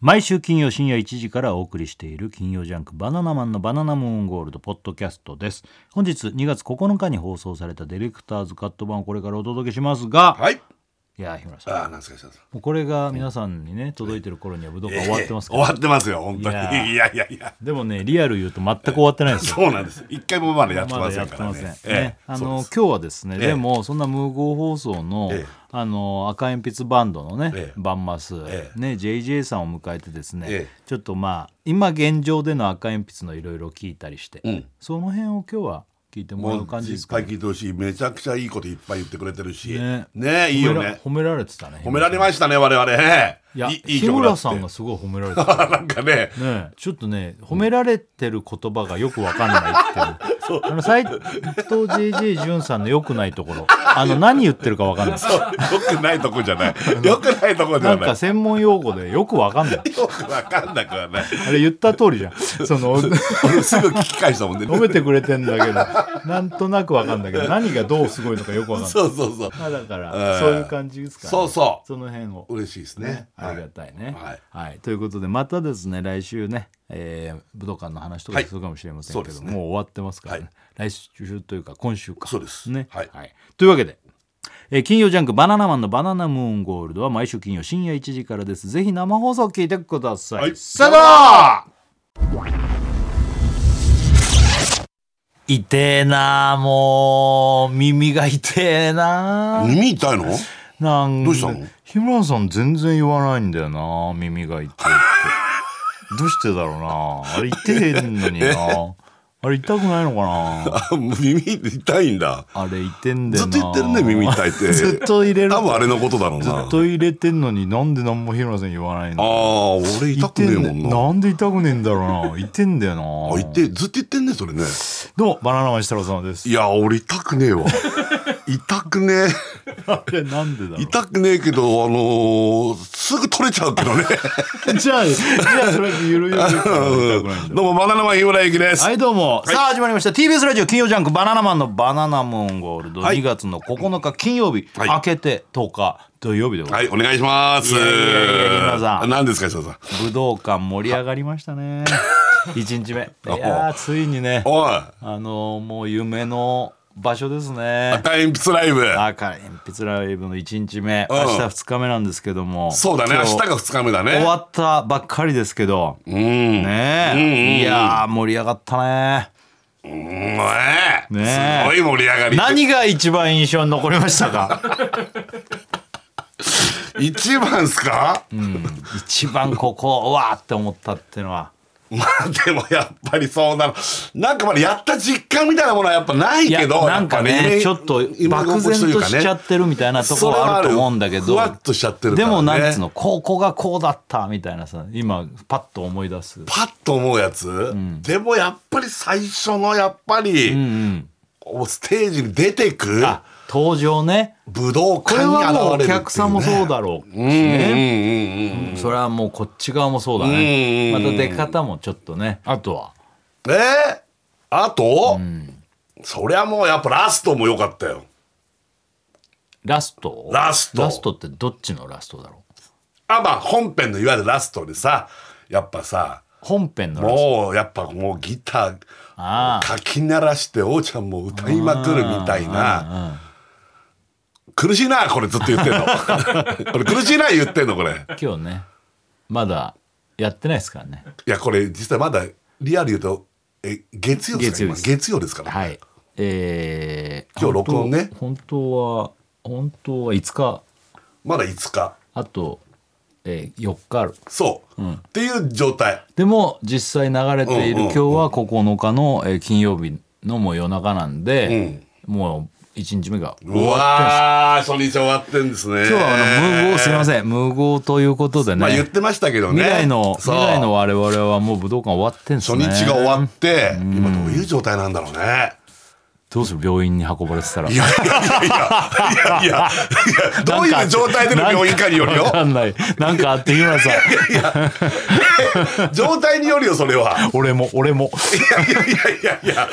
毎週金曜深夜1時からお送りしている金曜ジャンクバナナマンのバナナムーンゴールドポッドキャストです本日2月9日に放送されたディレクターズカット版をこれからお届けしますが、い、はい。やー日村さんああ、なんすか、久々もうこれが皆さんにね届いてる頃には武道館ええ終わってますか終ら、わってますよ、本当に。いいややーいやいや。でもねリアル言うと全く終わってないですよそうなんです。一回もまだやってままだせやっんてからませんね。ねあそうのです今日はですね、ええでもそんな無合放送の,、ええあの赤鉛筆バンドのね、ええバンマス、ええね JJ さんを迎えてですね、ええちょっとまあ今現状での赤鉛筆のいろいろ聞いたりして、うんその辺を今日は聞いてもらもうう感じいでっすかぱいね。聞いてほしい。めちゃくちゃいいこといっぱい言ってくれてるし。ねねいいよね。褒めら褒められてたね。褒められましたね、我々ね。いやいいい日曲だっ村てさんがすごい褒められてた。なんかね、ねえ、ちょっとね褒められてる言葉がよくわかんないって いうあの斎藤 JJ 潤さんの良くないところあの何言ってるかわかんないそうよくないとこじゃ ない。よくないとこじなゃんない。かよ専門用語でよくわかんないくわかんなくはない。あれ言った通りじゃんその 褒俺すぐ聞き返した もんね。めてくれてんだけどなんとなくわかんないけど何がどうすごいのかよくわかんないそうそうそう。まあだかえらえそういう感じですかねそうそうその辺を嬉しいですね。ありがたいね。ははいい、ということでまたですね来週ね、えー武道館の話とかするかもしれませんけはいど、そうですねもう終わってますからね、はい来週というか今週かそうですね、はいというわけで、えー金曜ジャンク「バナナマンのバナナムーンゴールド」は毎週金曜深夜1時からですぜひ生放送聞いてください、はいさよなら痛えなあもう耳が痛えなあ耳痛いのなんでどうしたの日村さん全然言わないんだよな耳が痛いって どうしてだろうなあれ痛えのになあれ痛くないのかなあ 耳痛いんだ。あれ痛えんだずよっなと言ってるね、耳痛いって。 ずっと入れる多分あれのことだろうずな。っと入れてんのになんで何も日村さん言わないあのあ、俺痛くねえもん痛えな。なんで痛くねえんだろうな痛えんだよあ、な言って、ずっと言ってんね、それね。どうもバナナマン設楽さんですいや、俺痛くね えわ。痛くねあれなんでだろえ。痛くねえけど、あのーすぐ取れちゃうけど ね。うじゃあじゃあそれでゆるゆるで痛くないんだどうも、バナナマン日村ゆきです。はいどうも、さあ始まりました TBS ラジオ金曜ジャンク「バナナマンのバナナムーンゴールド」はい2月の9日金曜日、はい明けて10日土曜日でございまはい、お願いします。いやいやいや日村さん何ですか、石田さん。す、武道館盛り上がりましたね1日目 いやーついにねおい、あのーもう夢の場所ですね赤鉛筆ライブ。赤鉛筆ライブの1日目ん明日2日目なんですけどもそうだね、今明日日が2日目だね。終わったばっかりですけどねうん。え、うんうんうんいやー盛り上がったねうんねえねえすごい盛り上がり。何が一番印象に残りましたか一番っすか、一番ここうわーって思ったっていうのはまあでもやっぱりそうなの。なんかまだやった実感みたいなものはやっぱないいやけど、なんかやぱねりちょっと今漠然としちゃっってるみたいなところはあると思うんだけふどわっとしちゃってるかでら、ね。もなんつうのここがこうだったみたいなさ今パッと思い出すパッと思うやつ、でもやっぱり最初のやっぱり、ステージに出てくあ登場ね武道こ館れに現はれるっていう、ね、もうお客さんもそうだろうしねうんうんうんうんそれはもうこっち側もそうだねうまんた出方もちょっとねあとはえー、あと、そりゃもうやっぱラストも良かったよラストラストラストってどっちのラストだろうあまあ本編のいわゆるラストでさやっぱさ本編のラストもうやっぱもうギターあかき鳴らして王ちゃんも歌いまくるみたいな苦しいなこれずっと言ってんの これ苦しいな言ってんのこれあ今日ねまだやってないですからねいやこれ実際まだリアル言うとえ月曜です月か曜今です月曜ですから、はい。えー、今日録音ね本当は、本当は5日、まだ5日あと、えー、4日ある。そう、っていう状態でも、実際流れてういるんうんうん今日は9日の、えー金曜日のもう夜中なんで、もう1日目が終うわわー初日終わってんですねってます。今日はあの無謀、すいません、無謀ということでね、まあ言ってましたけどね。未来の、未そう来の我々はもう武道館終わってんす初ね。日が終わって、今どういう状態なんだろうね。どうする病院に運ばれてたらいやいやいやいやいやいやどういう状態での病院かによるよわかんないなんかあって日 村さん状態によるよそれは俺も俺もいやいやいやいや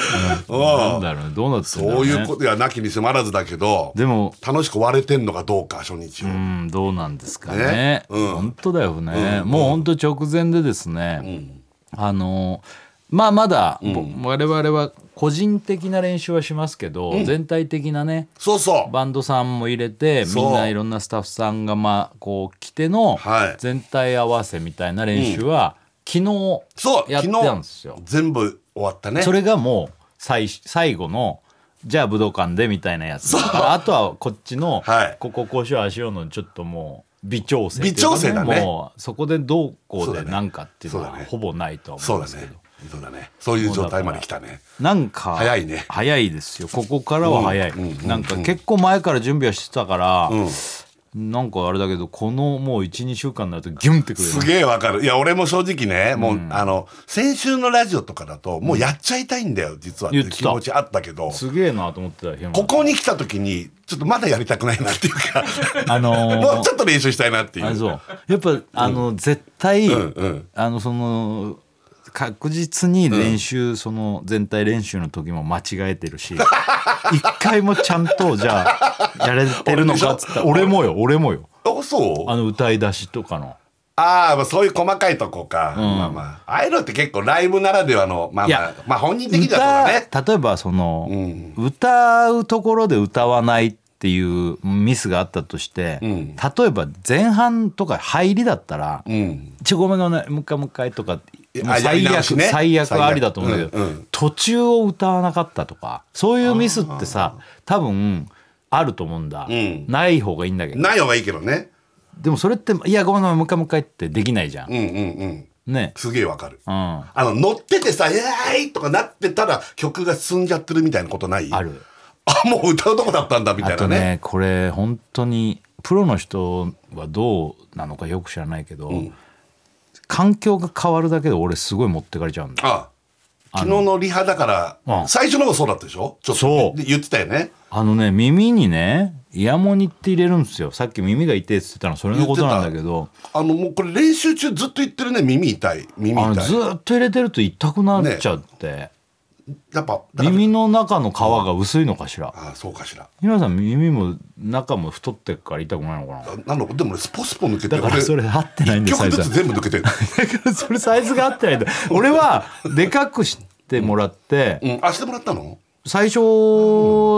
なんうんだろうねどうなってんだろそうねいうこといやなきにしもあらずだけどでも楽しく割れてんのかどうか初日を、うん、どうなんですかね。ねうん本当だよね、うんもう本当直前でですね、あのまあまだ、ぼ我々は個人的な練習はしますけど、全体的なねそうそうバンドさんも入れてそうみんないろんなスタッフさんがまあこう来てのはい全体合わせみたいな練習は、そう昨日やってたんですよ昨。日全部終わったねそれがもう最最後のじゃあ武道館でみたいなやつだからあとはこっちの、はいこここうしようああしようのちょっともう微調整っていうか微調整だねもうそこでどうこそううでだねなんかっていうのそうはだねほぼないとは思そうんうでだすけど、ねそうだねそういう状態まで来たねなんか早いね早いですよここからは早い、うんうんうんなんか結構前から準備はしてたから、うんなんかあれだけどこのもう12週間になるとギュンってくるすげえわかるいや俺も正直ねもう、あの先週のラジオとかだともうやっちゃいたいんだよ実はってい言うってた気持ちあったけどすげえなと思ってた日村ここに来た時にちょっとまだやりたくないなっていう かあのー もうちょっと練習したいなっていうあそうやっぱあの、絶対、うんうんあのその確実に練習、その全体練習の時も間違えてるし 一回もちゃんとじゃあやれ てるのかっつったら俺もよ俺もよあそうあの歌い出しとかのああ、まあそういう細かいとこか。まあまあ。ああいうのって結構ライブならではの、まあいまやあ、まあ本人的にはそう歌だね。例えばその、ん歌うところで歌わないっていうミスがあったとして、ん例えば前半とか入りだったら、うん。ちょごめんごめんもう一回もう一回とかいもうあやり最直悪、しね最悪ありだと思うんだけど、うんうん途中を歌わなかったとかそういうミスってさ多分あると思うんだ、うんない方がいいんだけどない方がいいけどね。でもそれっていやごめんごめんもう一回もう一回ってできないじゃん、うんうんうん。ねすげえわかる。うんああの、乗っててさ、えーいとかなってたら曲が進んじゃってるみたいなことないる。あ、もう歌うとこだったんだみたあいなとね。ねこれ本当にプロの人はどうなのかよく知らないけど、環境が変わるだけで俺すごい持ってかれちゃうんだああ昨日のリハだかうんら、最初の方そうだったでしょちょっとそうで言ってたよね。あのね耳にねイヤモニって入れるんですよさっき耳が痛いって言ってたのそれのことなんだけどあの、もうこれ練習中ずっと言ってるね。耳痛い。耳あの痛ずい。ーっと入れてると痛くなっちゃって、やっぱ、だから耳の中の皮が薄いのかしらああ、そうかしら。皆さん耳も中も太ってっから痛くないのかなあなんだろうでも俺スポスポ抜けてだから俺それ合ってないんで一す曲ずつだ全部抜けてる、からそれサイズが合ってないんだ俺はでかくしてもらってうん、あしてもらったの最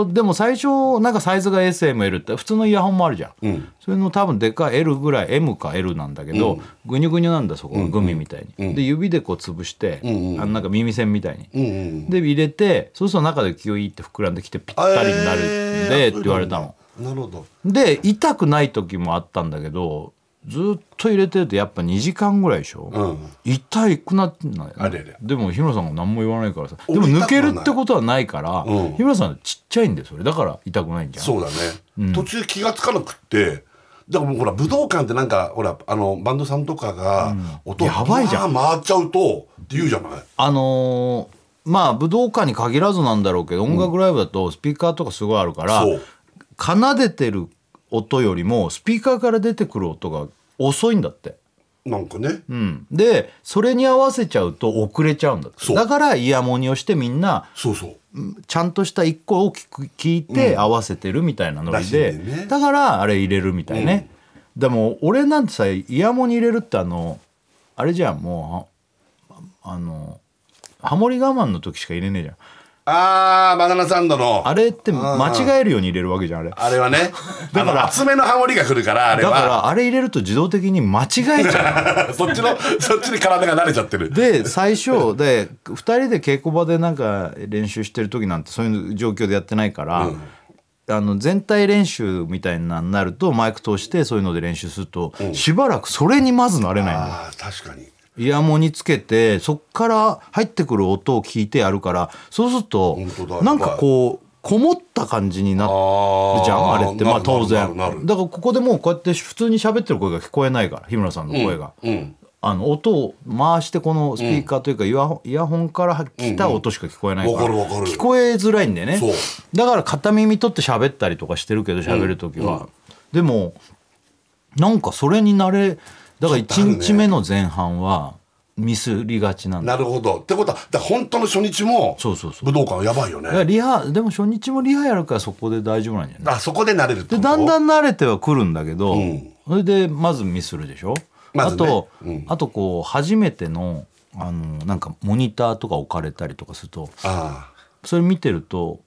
初でも最初なんかサイズが SML って普通のイヤホンもあるじゃん、うんそれの多分でかい L ぐらい M か L なんだけど、ぐにゅぐにゅなんだそこがグミみたいに、で指でこう潰して、あのなんか耳栓みたいに、うんうんで入れてそうすると中でキュイって膨らんできてぴったりになるんで、えーって言われたのなるほどで痛くない時もあったんだけどずっと入れてるとやっぱ2時間ぐらいでしょ、うん痛くなってんのよ、あれれでも日村さんが何も言わないからさで俺も抜けるってことはないから、うん日村さんちっちゃいんですよだから痛くないんじゃんそうだね、途中気がつかなくってだからもうほら武道館ってなんかほらあのバンドさんとかが音やばいじゃん回っちゃうとって言うじゃないあのーまあ武道館に限らずなんだろうけど音楽ライブだとスピーカーとかすごいあるから、そう奏でてる音よりもスピーカーから出てくる音が遅いんだって。なんかね、うん、でそれに合わせちゃうと遅れちゃうんだってそうだからイヤモニをしてみんなそうそううんちゃんとした一個大きく聞いて合わせてるみたいなノリで、らしいんだよねだからあれ入れるみたいね、でも俺なんてさイヤモニ入れるってあのあれじゃんもうああのハモリ我慢の時しか入れねえじゃんあーバナナサンドのああれれって間違えるように入れるわけじゃんあ れだかはねだから厚めのハモリが来るからあれはらあれ入れると自動的に間違えちゃ うそっちのそっちに体が慣れちゃってるで最初で2人で稽古場でなんか練習してる時なんてそういう状況でやってないから、あの全体練習みたいなのになるとマイク通してそういうので練習すると、しばらくそれにまず慣れないのああ確かにイヤモニつけてそっから入ってくる音を聞いてやるからそうすると本当だなんかこうこもった感じになって。あじゃんあれってまあ当然なるなるなるだからここでもうこうやって普通に喋ってる声が聞こえないから日村さんの声が、うんあの音を回してこのスピーカーというかイヤホン,、イヤホンから来た音しか聞こえないから、わかるわかる聞こえづらいんだよねそうだから片耳取って喋ったりとかしてるけど喋る時は、でもなんかそれに慣れだかちょらっとある1ね日目の前半はミスりがちなんだなるほどってことはだから本当の初日もそうそうそう武道館やばいよだからねリハでも初日もリハやるからそこで大丈夫なんじゃないあそこで慣れるってこでとだんだん慣れてはくるんだけど、んそれでまずミスるでしょ、まずあねと、うんあとこう初めてのあのなんかモニターとか置かれたりとかするとあそれ見てると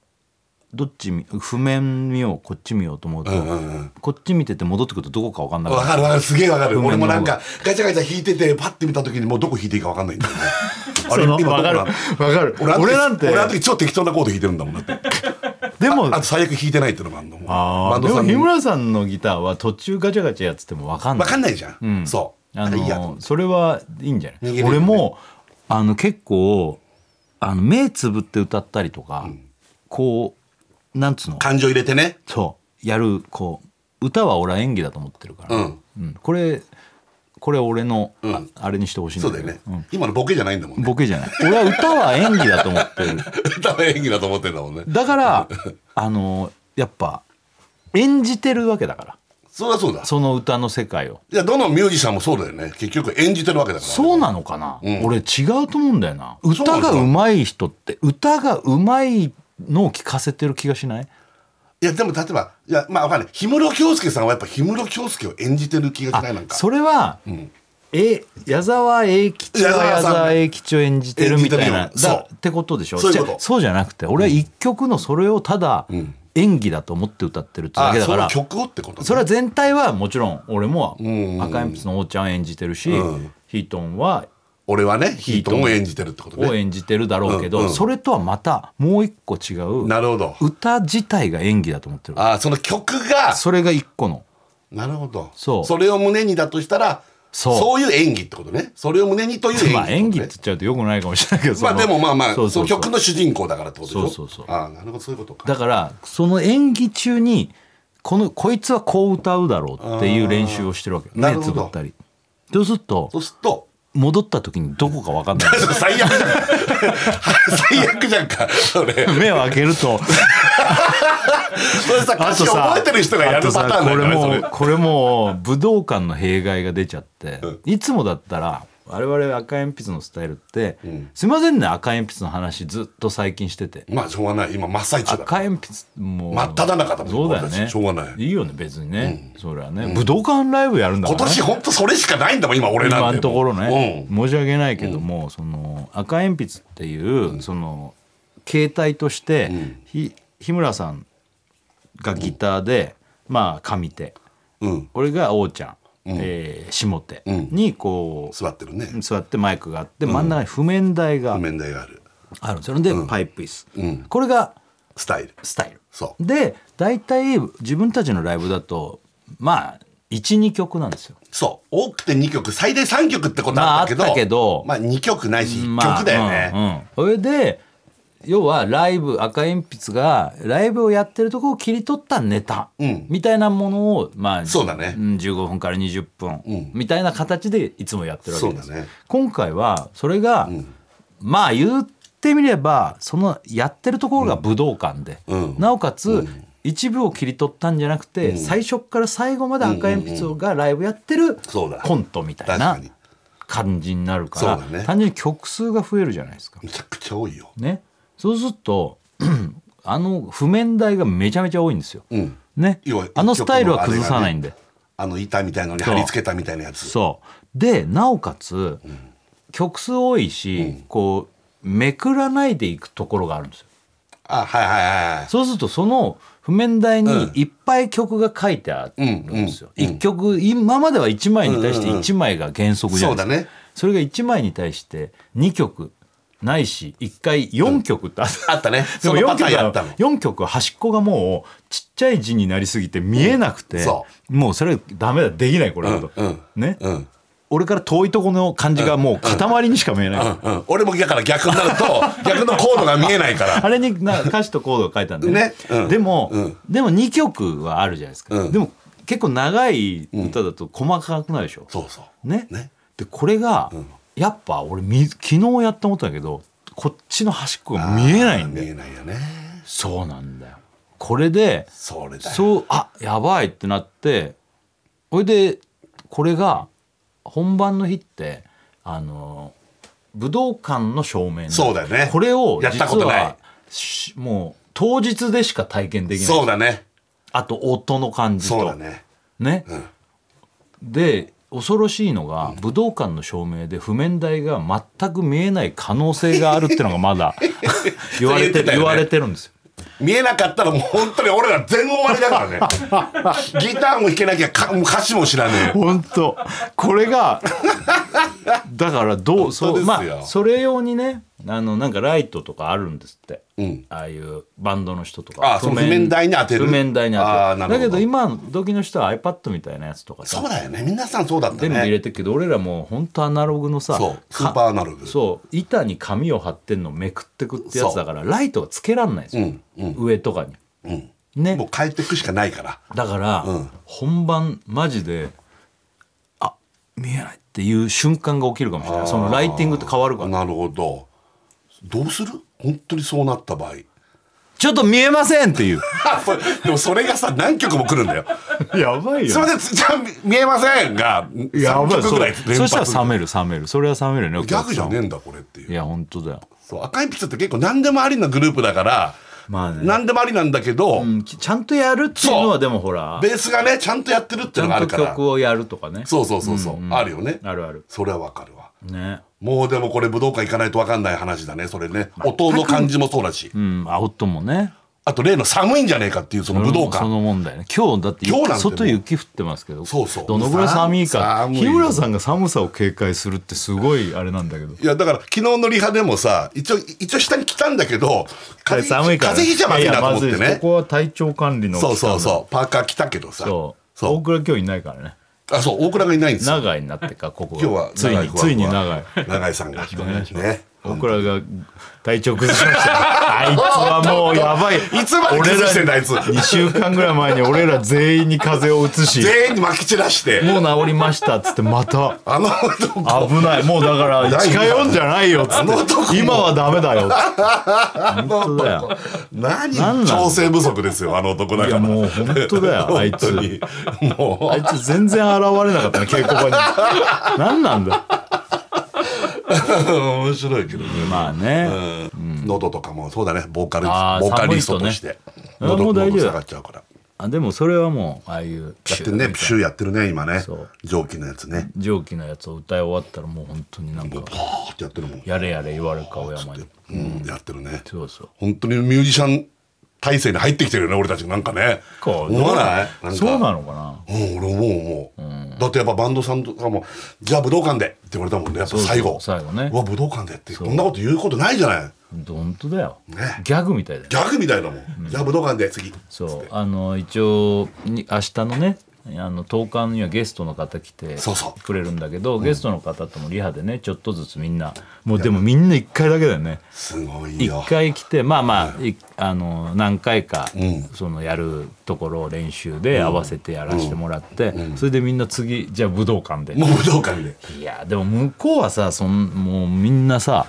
どっち見譜面見ようこっち見ようと思うと、あうんうんうんこっち見てて戻ってくるとどこか分かんなくなわるかるわかるすげえわかる譜面俺のもなんかガチャガチャ弾いててパッて見た時にもうどこ弾いていいかわかんないんだよね あれ今どこなの分かる俺あの時俺なんて俺あの時超適当なコード弾いてるんだもんだってでもあと最悪弾いてないっていうのがあるのもあバーンでドさもん日にわ村さんのギターは途中ガチャガチャやってても分かんないかんないじゃん、うんそうああのれいいやと思ってそれはいいんじゃな逃い、げれるよね俺もあの結構あの目つぶって歌ったりとか、こうなんつうの感情入れてねそうやるこう歌は俺は演技だと思ってるから、うんこれこれ俺の、あうんあれにしてほしいんそだうだけよどね、今のボケじゃないんだもんうんね ボケじゃない俺は歌は演技だと思ってる歌は演技だと思ってんだもんねだからあのやっぱ演じてるわけだからそりゃそうだその歌の世界をいやどのミュージシャンもそうだよね結局演じてるわけだからそうなのかな、うん俺違うと思うんだよなそうな歌んですがか上手い人って歌が上手いのを聞かせてる気がしないいやでも例えばいやまあわかんない氷室京介さんはやっぱ氷室京介を演じてる気がしないなんかそれは、んえ矢沢永吉矢沢はさ矢ん沢永吉を演じてるみたいな演じてるよだそうってことでしょそういうことじゃそうじゃなくて俺は一曲のそれをただん演技だと思って歌ってるってだあけだそから、の曲をってことねそれは全体はもちろん俺も赤んうんうん鉛筆のおーちゃん演じてるし、うんヒートンは俺はねヒートンを演じてるってことをね演じてるだろうけど、うんうんそれとはまたもう一個違うなるほど歌自体が演技だと思ってるあその曲がそれが一個のなるほどそうれを胸にだとしたらそういう演技ってことねそれを胸にという演技、まあ演技って言っちゃうとよくないかもしれないけどそまあのでもまあまあそうそうそうその曲の主人公だからってことでしょそうそうそうああなるほどそういうことかだからその演技中にこのこいつはこう歌うだろうっていう練習をしてるわけな目るほつどぶったりそうするとそうすると戻った時にどこか 分かんない最悪じゃん最悪じゃんかそれ目を開けるとそれさ歌 あと詞さ覚えてる人がやるパターンだあとさこよねそれれもうこれもう武道館の弊害が出ちゃって、いつもだったら我々赤鉛筆のスタイルって、すいませんね赤鉛筆の話ずっと最近しててまあしょうがない今真っ最中だ赤鉛筆もう真っ只中だもんそうだよ俺たねちしょうがないいいよね別にね、それはね、武道館ライブやるんだか今ら、ね、年本当それしかないんだもん今俺なんて今のところね、うん申し訳ないけども、その赤鉛筆っていう、その携帯として、ひ日村さんがギターで、まあ上手うん俺が王ちゃん、えー下手にこう、座ってるね座ってマイクがあって真ん中に譜面台が面台があるあるんですよでパイプ椅子、んこれがスタイルスタイルそうで大体自分たちのライブだとまあ12曲なんですよそう多くて2曲最大3曲ってことあったけど,、まああったけどまあ2曲ないし1まあ曲だよね、うんうんそれで要はライブ赤鉛筆がライブをやってるとこを切り取ったネタうんみたいなものを、まあそうだねん15分から20分うんみたいな形でいつもやってるわけです、そうだね今回はそれが、まあ言ってみればそのやってるところが武道館で、うんなおかつ、一部を切り取ったんじゃなくて、最初から最後まで赤鉛筆がライブやってるそうだコントみたい確なかに感じになるから、そうだね単純に曲数が増えるじゃないですか。めちゃくちゃ多いよね、そうすると あの譜面台がめちゃめちゃ多いんですよ。うんね要は、あのスタイルは崩さないんで。あの板みたいのに貼り付けたみたいなやつそうでなおかつ、曲数多いし、こうめくらないでいくところがあるんですよ。あはいはいはいはいそうするとその譜面台にいっぱい曲が書いてあるんですよ。一曲今までは1枚に対して1枚が原則じゃないでうすか。んうんうんそうだねそれが1枚に対して2曲ないし1回4曲ってあったあったねで そものパター4ン曲やったはの四曲は端っこがもうちっちゃい字になりすぎて見えなくて、うんそもうそれダメだできないこれだと、うんうんね、うん俺から遠いとこの感じがもう塊にしか見えない、うんうん、俺もだから逆になると 逆のコードが見えないからあれにな歌詞とコードが書いたんで、ねうんでも、うんでも2曲はあるじゃないですか、うんでも結構長い歌だと細かくないでしょ、そうそうねねでこれがやっぱ俺み昨日やって思ったんだけどこっちの端っこが見えないんだ見よえないよねそうなんだよこれでそれだよそうあやばいってなってそれでこれが本番の日ってあの武道館の照明なのそうだよねこれをやったことない実はしもう当日でしか体験できなそいうだねあと音の感じとそうだねねうんで恐ろしいのが、武道館の照明で譜面台が全く見えない可能性があるってのが まだ言われて言ってたよね言われてるんですよ。見えなかったらもう本当に俺ら全終わりだからね ギターも弾けなきゃかもう歌詞も知らねえ本当これがだからどうそでうすよまあそれ用にねあのなんかライトとかあるんですって、んああいうバンドの人とかあその譜面台に当てる譜面台に当てるあーなるほどだけど今時の人は iPad みたいなやつとかそさうだよね皆さんそうだった全部入ねれてるけど俺らもう本当アナログのさそうかスーパーアナログそう板に紙を貼ってんのめくってくってやつだからライトがつけらんないんですよ、上とかに、ねもう変えていくしかないからだから、うん本番マジであ見えないっていう瞬間が起きるかもしれないそのライティングって変わるからなるほどどうする本当にそうなった場合 ちょっと見えませんっていうそれでもそれがさ何曲も来るんだよやばいすいませんつじゃあみ見えませんがや3ばい曲そぐらいう連そした発ら冷める冷めるそれは冷めるねお逆客じさゃんねえんだこれっていういや本当だよ、そう赤いピッツって結構何でもありなグループだから、まあね何でもありなんだけど、うん、きちゃんとやるっていうのそはうでもほらベースがねちゃんとやってるっていちうのがあゃんるとから曲をやるとかねそうそうそうそう、あるよねあるあるそれはわかるわねもうでもこれ武道館行かないとわかんない話だねそれね音の感じもそうだし、うんあ音もねあと例の寒いんじゃねえかっていうその武道そ館の問題ね今日だって雪今日なんてもう外雪降ってますけどそうそうどのぐらい寒いか寒い日村さんが寒さを警戒するってすごいあれなんだけどいやだから昨日のリハでもさ一応一応下に来たんだけど風邪寒いから風邪ひいちゃまずいなと思ってややまずいですねここは体調管理のそうそううそうパーカー来たけどさそうそ大う倉今日いないからねあそう大倉がいないんですよ長井になってかここが今日はつい長にふわふわついに長井長井さんがね大倉が体調崩しました あいつはもうやばいいつまで崩してんだあいつ2週間ぐらい前に俺ら全員に風邪をうつし全員に撒き散らしてもう治りましたっつってまたあの男危ないもう だからないんだ近寄んじゃないよっつあの 男っもて今はダ メだよっつって本当だよ何なんなの調整不足ですよあの男だいからやもう本当だよあいつ 本当にもあいつ全然現れなかったね稽古場に 何なんだう面白いけどねまあねうん喉とかもそうだねボーカリあーボーカリストと寒いしとてねあーも喉う喉大丈夫下がっちゃうからあでもそれはもうああいうやってねプシューやってるね今ねそう蒸気のやつね蒸気のやつを歌い終わったらもう本当になんかパーってやってるもんやれやれ言われる顔山にうんやってるねそうそう本当にミュージシャン体制に入ってきてるよね俺たちなんかねこう思わないなんかそうなのかなうん、俺思う思う、だってやっぱバンドさんとかも「じゃあ武道館で」って言われたもんねやっぱ最後そう最後ねうわ武道館で」ってこんなこと言うことないじゃない本当だよねギャグみたいだよギャグみたいなもん、じゃあ武道館で次そうあの一応に明日のねあの10日にはゲストの方来てそうそうくれるんだけどゲストの方ともリハでねちょっとずつみんなもうでもみんな1回だけだよねすごいよ1回来てまあまあいあの何回かんそのやるところを練習で合わせてやらせてもらってそれでみんな次じゃあ武道館でもう武道館でいやでも向こうはさそんもうみんなさ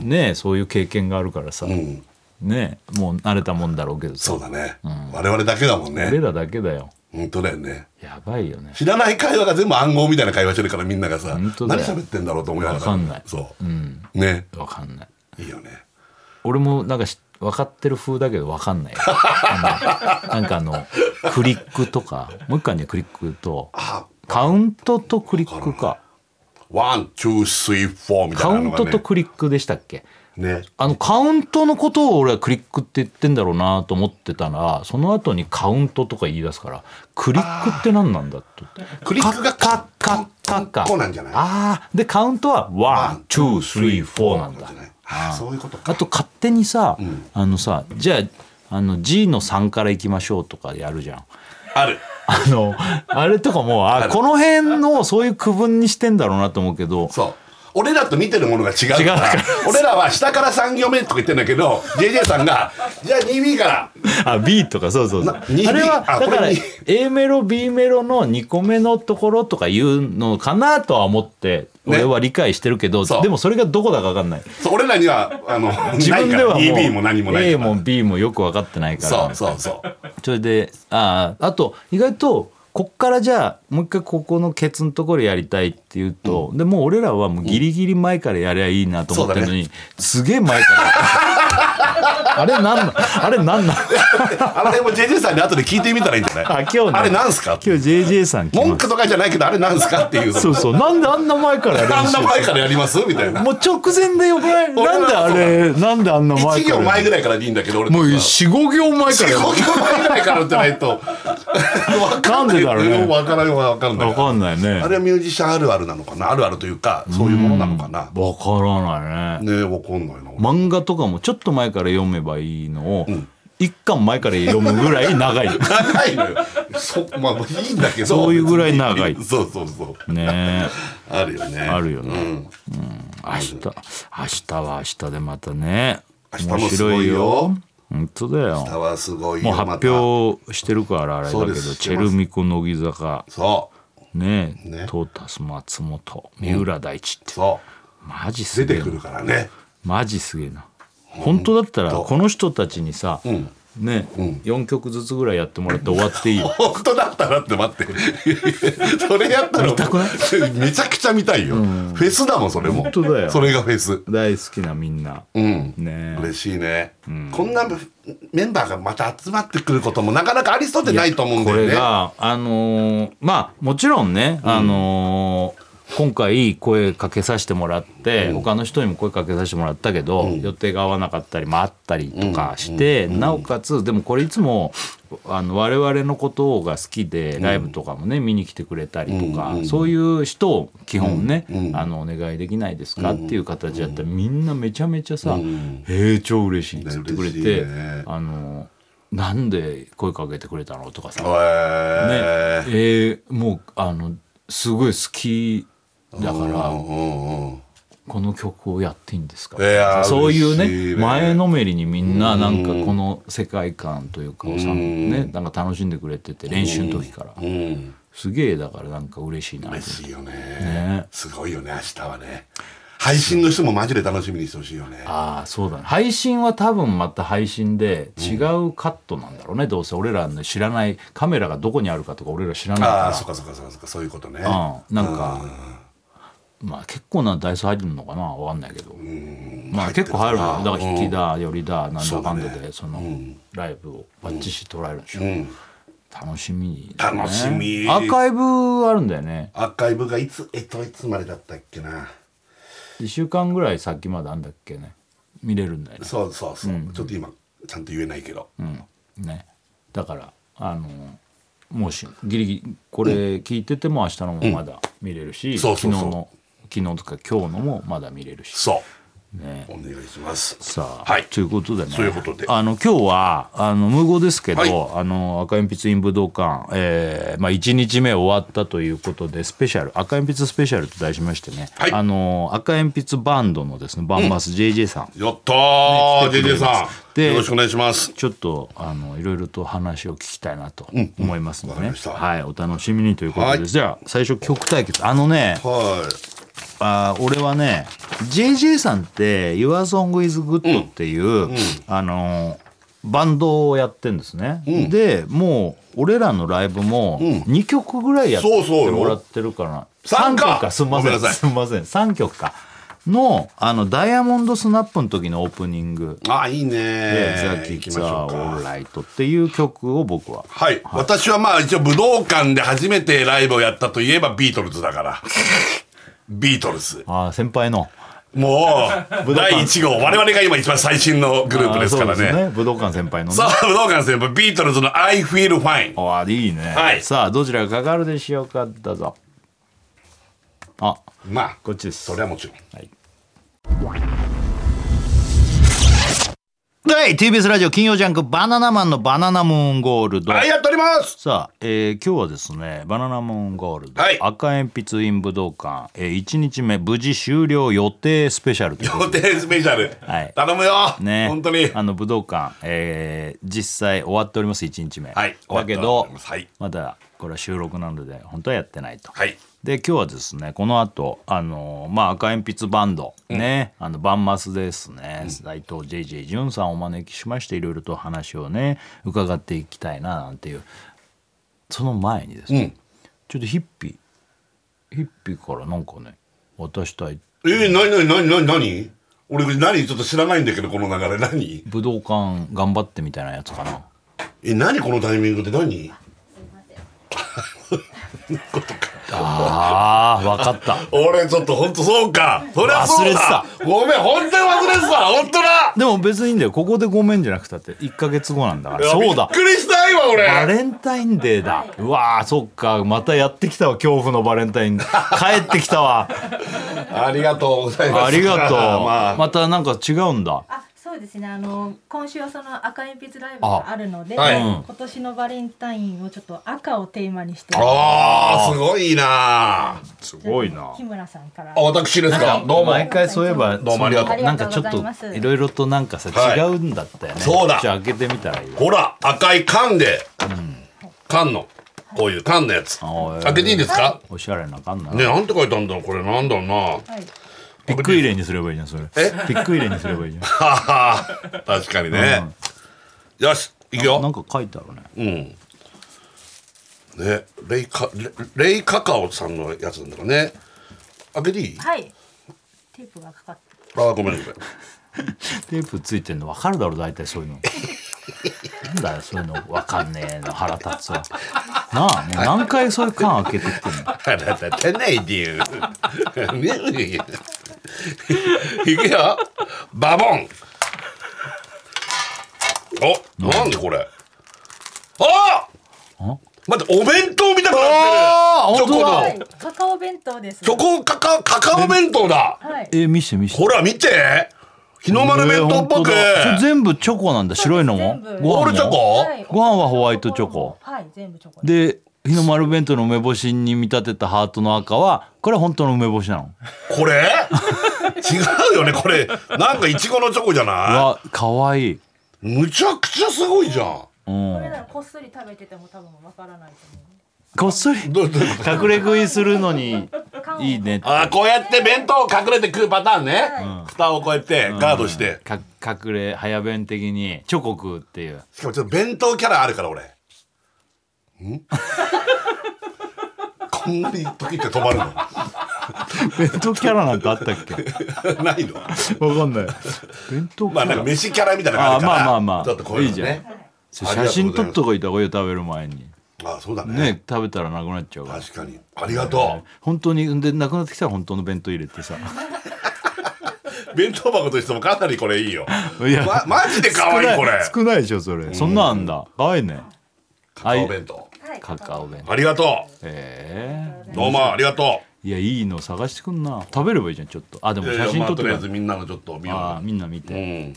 ねそういう経験があるからさうんねもう慣れたもんだろうけどさそうだね、我々だけだもん俺ねらだけだよ本当だよねやばいよね知らない会話が全部暗号みたいな会話してるからみんながさ本何当だよ喋ってんだろうと思いながらわかんないそう、ねわかんないいいよね俺もなんかし分かってる風だけど分かんないあのなんかあのクリックとかもう一回ねクリックとあカウントとクリックかワンツースリーフォーみたカいなウのンがトねとクリックでしたっけねあのカウントのことを俺はクリックって言ってんだろうなと思ってたらその後にカウントとか言い出すからクリックって何なんだってクリックがカッカッカッカッこうなんじゃないあーでカウントはワンツースリーフォーなんだじゃないああそういうことあかと勝手にさ、あのさじゃああの G の3からいきましょうとかやるじゃん。 あるあのあれとかもあこの辺のそういう区分にしてんだろうなと思うけどそう俺らと似てるものが違うから違うから俺らは下から3行目とか言ってんだけど JJ さんが「じゃあ 2B からあ B とかそうそうそうなにあれはあだかこられに A メロ B メロの2個目のところとかいうのかなとは思ってね俺は理解してるけど、そうでもそれがどこだか分かんない」そう俺らにはあの自分ではもうないから 2B も何もない A からも B もよく分かってないからそうそうそうそれであああと意外とこっからじゃあもう一回ここのケツのところやりたいっていうと、でもう俺らはもうギリギリ前からやりゃいいなと思ってるのに、すげえ前から あれなんなんあれなんなんあれも JJ さんに後で聞いてみたらいいんじゃないあ今日ねあれなんすか今日 JJ さん来ま文す句とかじゃないけどあれなんすかっていうそうそうなんであんな前からあ練ん習な前からやりますみたいなもう直前でよくない俺なはんであれなんであんな前1か行ら前ぐらいからでいいんだけど俺もう45行前から5行前ぐらいから打ってないと分かんないなんでだろうね分からんよ分からん分ないかんないねあれはミュージシャンあるあるなのかなあるあるというかそういうものなのかなね分からないねえ分かんないな俺漫画とかもちょっと前から読めばいいのを、一巻前から読むぐら い長い長いのよそまあいいんだけどそういうぐらい長いそうそうそうねあるよねえあるよね、ううんん明日明日は明日でまたね明日もすごいよ面白本当だよ歌はすごいもよう発表してるからあれだそうけでどすチェルミコ乃木坂またそうねえねトータス松本三浦大知って、そマジすう出げえてなくるからねマジすげえな本当だったらこの人たちにさ、んね、4曲ずつぐらいやってもらって終わっていいよ本当だったらって待って それやったら見たくなめちゃくちゃ見たいよ、フェスだもんそれも本当だ よそれがフェス大好きなみんな、うんね嬉しいね、こんなメンバーがまた集まってくることもなかなかありそうでないと思うんだこよねれがあのーまあもちろんね、あのー今回声かけさせてもらって、他の人にも声かけさせてもらったけど、予定が合わなかったりもあったりとかして、なおかつでもこれいつもあの我々のことが好きでライブとかもね、見に来てくれたりとか、そういう人を基本ね、あのお願いできないですかっていう形だったら、みんなめちゃめちゃさ「えー、超嬉しい」って言ってくれて、嬉しいねあのーなんで声かけてくれたのとかさねへーえーもうあのすごい好きだかうらんうんうんこの曲をやっていいんですかいやーそういう嬉しねいね前のめりにみんななんかこの世界観というかをさ、うんね、なんか楽しんでくれてて練習の時からうんすげえだからなんか嬉しいなって嬉しいよねねすごいよね明日はね配信の人もマジで楽しみにしてほしいよねああそうだね配信は多分また配信で違うカットなんだろうね、どうせ俺らの知らないカメラがどこにあるかとか俺ら知らないからああそっかそっかそっかそっかそういうことねうんなんかまあ結構な台数入ってるのかなわかんないけどまあ結構入るのよだから引きだよりだなんだかんだそうだでそのライブをバッチし捉えるんでしょうん楽しみだね楽しみアーカイブあるんだよねアーカイブがいつえっといつまでだったっけな1週間ぐらい先まであんだっけね見れるんだよねそうそうそう、ちょっと今ちゃんと言えないけど、うんねだからあのもしギリギリこれ聞いてても明日のもまだ見れるし、そう昨日そうそうの昨日とか今日のもまだ見れるしそう、ねお願いしますさあ、はいということでねそういうことであの今日はあの無言ですけど、はいあの赤鉛筆印武道館、えーまあ、1日目終わったということでスペシャル赤鉛筆スペシャルと題しましてね、はいあの赤鉛筆バンドのですねバンバス JJ さん、やったー、ね来てくれ JJ まさすんでよろしくお願いしますちょっとあのいろいろと話を聞きたいなと思いますので、わかりねましたはい、お楽しみにということです、はいじゃあ最初曲対決あのねはあー俺はね JJ さんって「YourSongIsGood」っていう、あのーバンドをやってんですね、でもう俺らのライブも2曲ぐらいやっそうそうてよもらってるから三か曲かすんまごめせんんなさいすんません3曲かのあの「ダイヤモンドスナップ」の時のオープニングいあいいねで「ザ・ーキ行ッきズ・ましア・ょオうかーライト」っていう曲を僕ははい、私はまあ一応武道館で初めてライブをやったといえばビートルズだから ビートルズあー先輩のもう第1号我々が今一番最新のグループですからあーそうね武道館先輩のねさあ武道館先輩ビートルズの「I feel fine あいいね、はいさあどちらがかかるでしょうかどうぞあ」まあこっちですそれはもちろんはいはい TBS ラジオ金曜ジャンク「バナナマンのバナナムーンゴールド」はいやっておりますさあ、えー今日はですね「バナナムーンゴールド」はい赤鉛筆イン武道館、え1日目無事終了予定スペシャルということ予定スペシャル、はい頼むよ、でね本当にあの武道館、えー実際終わっております1日目、はいだ終けわっどておりますはいまだこれは収録なので本当はやってないと、はいで今日はですねこの後あのまあ赤鉛筆バンドね、あのバンマスですね、斉藤 JJ 潤さんをお招きしましていろいろと話をね伺っていきたいななんていうその前にですね、ちょっとヒッピーヒッピーからなんかね渡したいえー、何何何何何俺何ちょっと知らないんだけどこの流れ何武道館頑張ってみたいなやつかなえ何このタイミングで何ああ分かった俺ちょっと本当そうかそりゃ忘それうてただごめん本当に忘れてた本当だでも別にいいんだよここでごめんじゃなくたって1か月後なんだからそうだびっくりした今俺バレンタインデーだうわーそっかまたやってきたわ恐怖のバレンタ イン帰ってきたわありがとうございますありがとう、 まあまたなんか違うんだあ、そうですね。あの今週はその赤鉛筆ライブがあるので、あはい今年のバレンタインをちょっと赤をテーマにして、あーすごいなあすじゃあ日村さんから。私ですかどうも毎回そういえばどうもありがとうそのなんかちょっありがとうございますといろいろとなんかさはい違うんだったよね、そうだじゃあ開けてみたらいいよほら赤い缶で、缶のこういう缶のやつおい開けていいですか、おしゃれなかんな、ねなんて書いたんだこれなんだろうな はい。ピック入れにすればいいじゃんそれピック入れにすればいいじゃはは確かにね、よしいくんなんよか書いてあるねうんねレイカレレイカカオさんのやつなんだからね開けていいはい。テープがかかって。あーごめんなさいテープついてんの分かるだろ大体そういうのなんだよそういうの分かんねえの腹立つわなあもう何回そういう缶開けてきてんの腹立たないでよ。ねえいくよ。バボン。お、なんでこれ。あん。待って、お弁当みたくなあっーてる。チョコ本当だはいの。。カカオ弁当です。チョコカカオ、カカオ弁当だ。はい。えー見して見してほら、見て。日の丸弁当っぽく。えー本当だそれ全部チョコなんだ白いのも全部ごオー飯ルチョもコ。はいご飯はホワイトチョコはい、全部チョコです。で日の丸弁当の梅干しに見立てたハートの赤はこれは本当の梅干しなのこれ。違うよね、これ。なんかいちごのチョコじゃうなわかわいい、い。むちゃくちゃすごいじゃん。うんこれならこっそり食べてても多分わからないとこっそりどうどういうこと隠れ食いするのに思う。缶をいい。ねあーこうやって弁当を隠れて食うパターンね、蓋をこうやってガードして、か隠れ早弁的にチョコ食うっていうしかもちょっと弁当キャラあるから俺ん こんなに時って止まる 弁当キャラなんてあったっけの ないのわかんない。弁当まあなんか飯キャラみたいなのがあるからあーまあまあまあちょっとこういういいのじゃんね写真撮っとかいた方がいいよ食べる前に。あーそうだねね食べたらなくなっちゃうから。確かにありがと本当にでなくなってきたら本当の弁当入れてさ。う弁当箱としてもかなりこれいいよいやま、マジで可愛いこれ少ないでしょそれ。そんなあんだ。可愛いね。カカオ弁当はい。カカオ弁。ありがとええうどうもありがといやいいの探してくんな。食べればいいじゃんちょっと。あでうもいや写いや真まあ撮とってりあくえるず。みんなのちょっと見ようあーかみんな見て。うん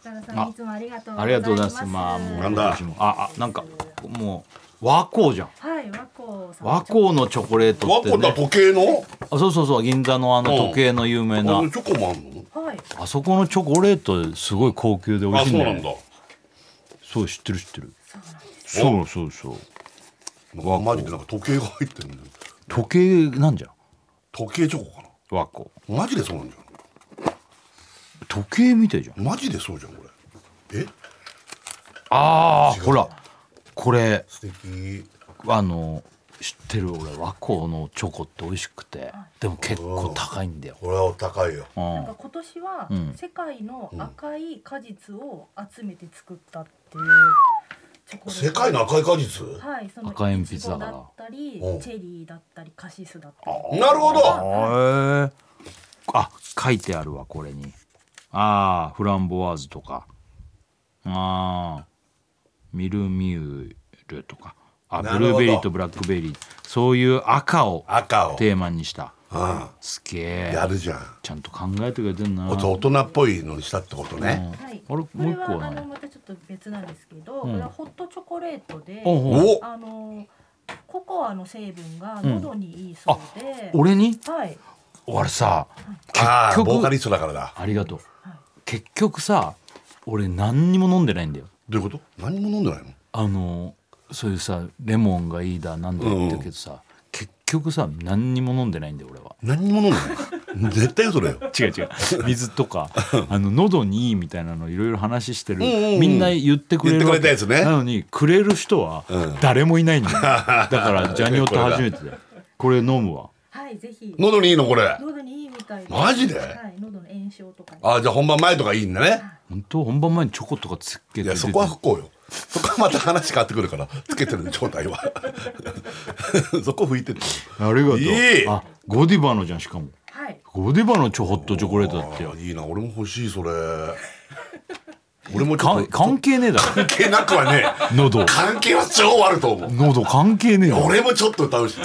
北野さんいつもありがとうごあざりがいます。とうございます。まあもうなんだ私もああなんかもう和光じゃん。はい、和光さん。和光のチョコレート和って光だね。時計のあそうそうそう銀座のあの時計の有名な、あのチョコもあんのはい。あそこのチョコレートすごい高級で美あ味しいそんうだなよ、んだね、そう知ってる知ってるそうそうそうそうなんかマジでなんか時計が入ってるんだよ時計なんじゃん時計チョコか和光なマジでそうなんじゃ時計みたいじゃんんマジでそうじゃんこれえああほらこれ素敵あの知ってる俺和光のチョコって美味しくてでも結構高いんだよ、これはお高いようなんんか、今年はうん世界の赤い果実を集めて作ったっていうチョコレート世界の赤い果実はいその赤鉛筆だからイチゴだったりチうんェリーだったりカシスだったりなるほどへえあ書いてあるわこれにああフランボワーズとかああミルミュールとかあブなるほどルーベリーとブラックベリーそういう赤を赤をテーマにしたあすげえやるじゃんちゃんと考えてくれてんなおと大人っぽいのにしたってことね、はい、あれもこうれ一個ははあないのまたちょっと別なんですけど、うんこれはホットチョコレートで、おうおあのココアの成分が喉にいいそうで、俺にはい、俺さああ結局ボーカリストだからだありがとう結局さ俺何にも飲んでないんだよどういうこと何も飲んでないのあのそういうさレモンがいいだなんだ言ってるけどさ、結局さ何にも飲んでないんだよ俺は何にも飲んでない絶対嘘だよ違う違う水とかあの喉にいいみたいなのいろいろ話してる、んうんうんみんな言ってくれるわけ言ってくれたやつねなのにくれる人はうん誰もいない んだよ、だからジャニオタ初めてだよこれ飲むわはい、ぜひ喉にいいのこれ喉にいいみたいでマジではい、喉の炎症とかにああじゃあ本番前とかいいんだね本当本番前にチョコとかつけてい出 やてそこは不幸よそこはまた話変わってくるからつけてる状態は そこ拭いてるありがとういいあゴディバのじゃんしかもはい、ゴディバのチョホットチョコレートだってよあいいな俺も欲しいそれ俺もちょかっと関係ねえだろ 関係なくはね喉関係は超あると思う喉関係ねえよ俺もちょっと歌うし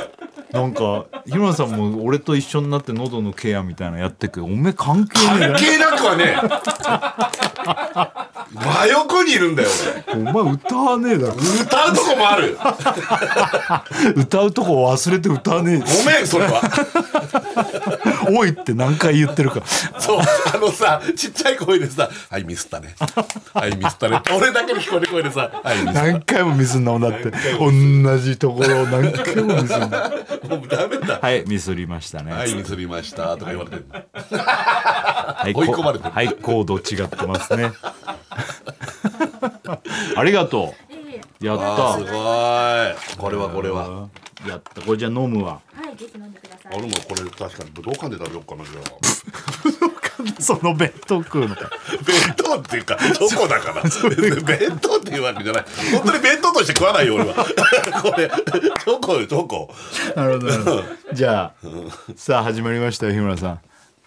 なんか日村さんも俺と一緒になって喉のケアみたいなのやってくけどおめえ関係ねえ関係なくはね真横にいるんだよお前歌わねえだろ俺歌うとこもある歌うとこ忘れて歌わねごめんそれは えおいって何回言ってるかそうあのさちっちゃい声でさ「はいミスったね」「はいミスったね」って俺だけの聞こえる声でさ「はいミスっ何回もミスんなもんだって同じところを何回もミスんなた」もうダメだはいミスりましたねはい、ミスりましたとか言われてる。はい追い込まれてるはいコード違ってますね ありがとええうやあったーすごい。これはこれは。やったこれじゃあ飲むわはい、ぜひ飲んでください。俺もこれ確かに武道館で食べようかなじゃあ。その弁当食うのか弁当っていうかチョコだから。別に弁当っていうわけじゃない。本当に弁当として食わないよ俺は。これチョコよチョコ。なるほどなるほどじゃあさあ始まりましたよ日村さん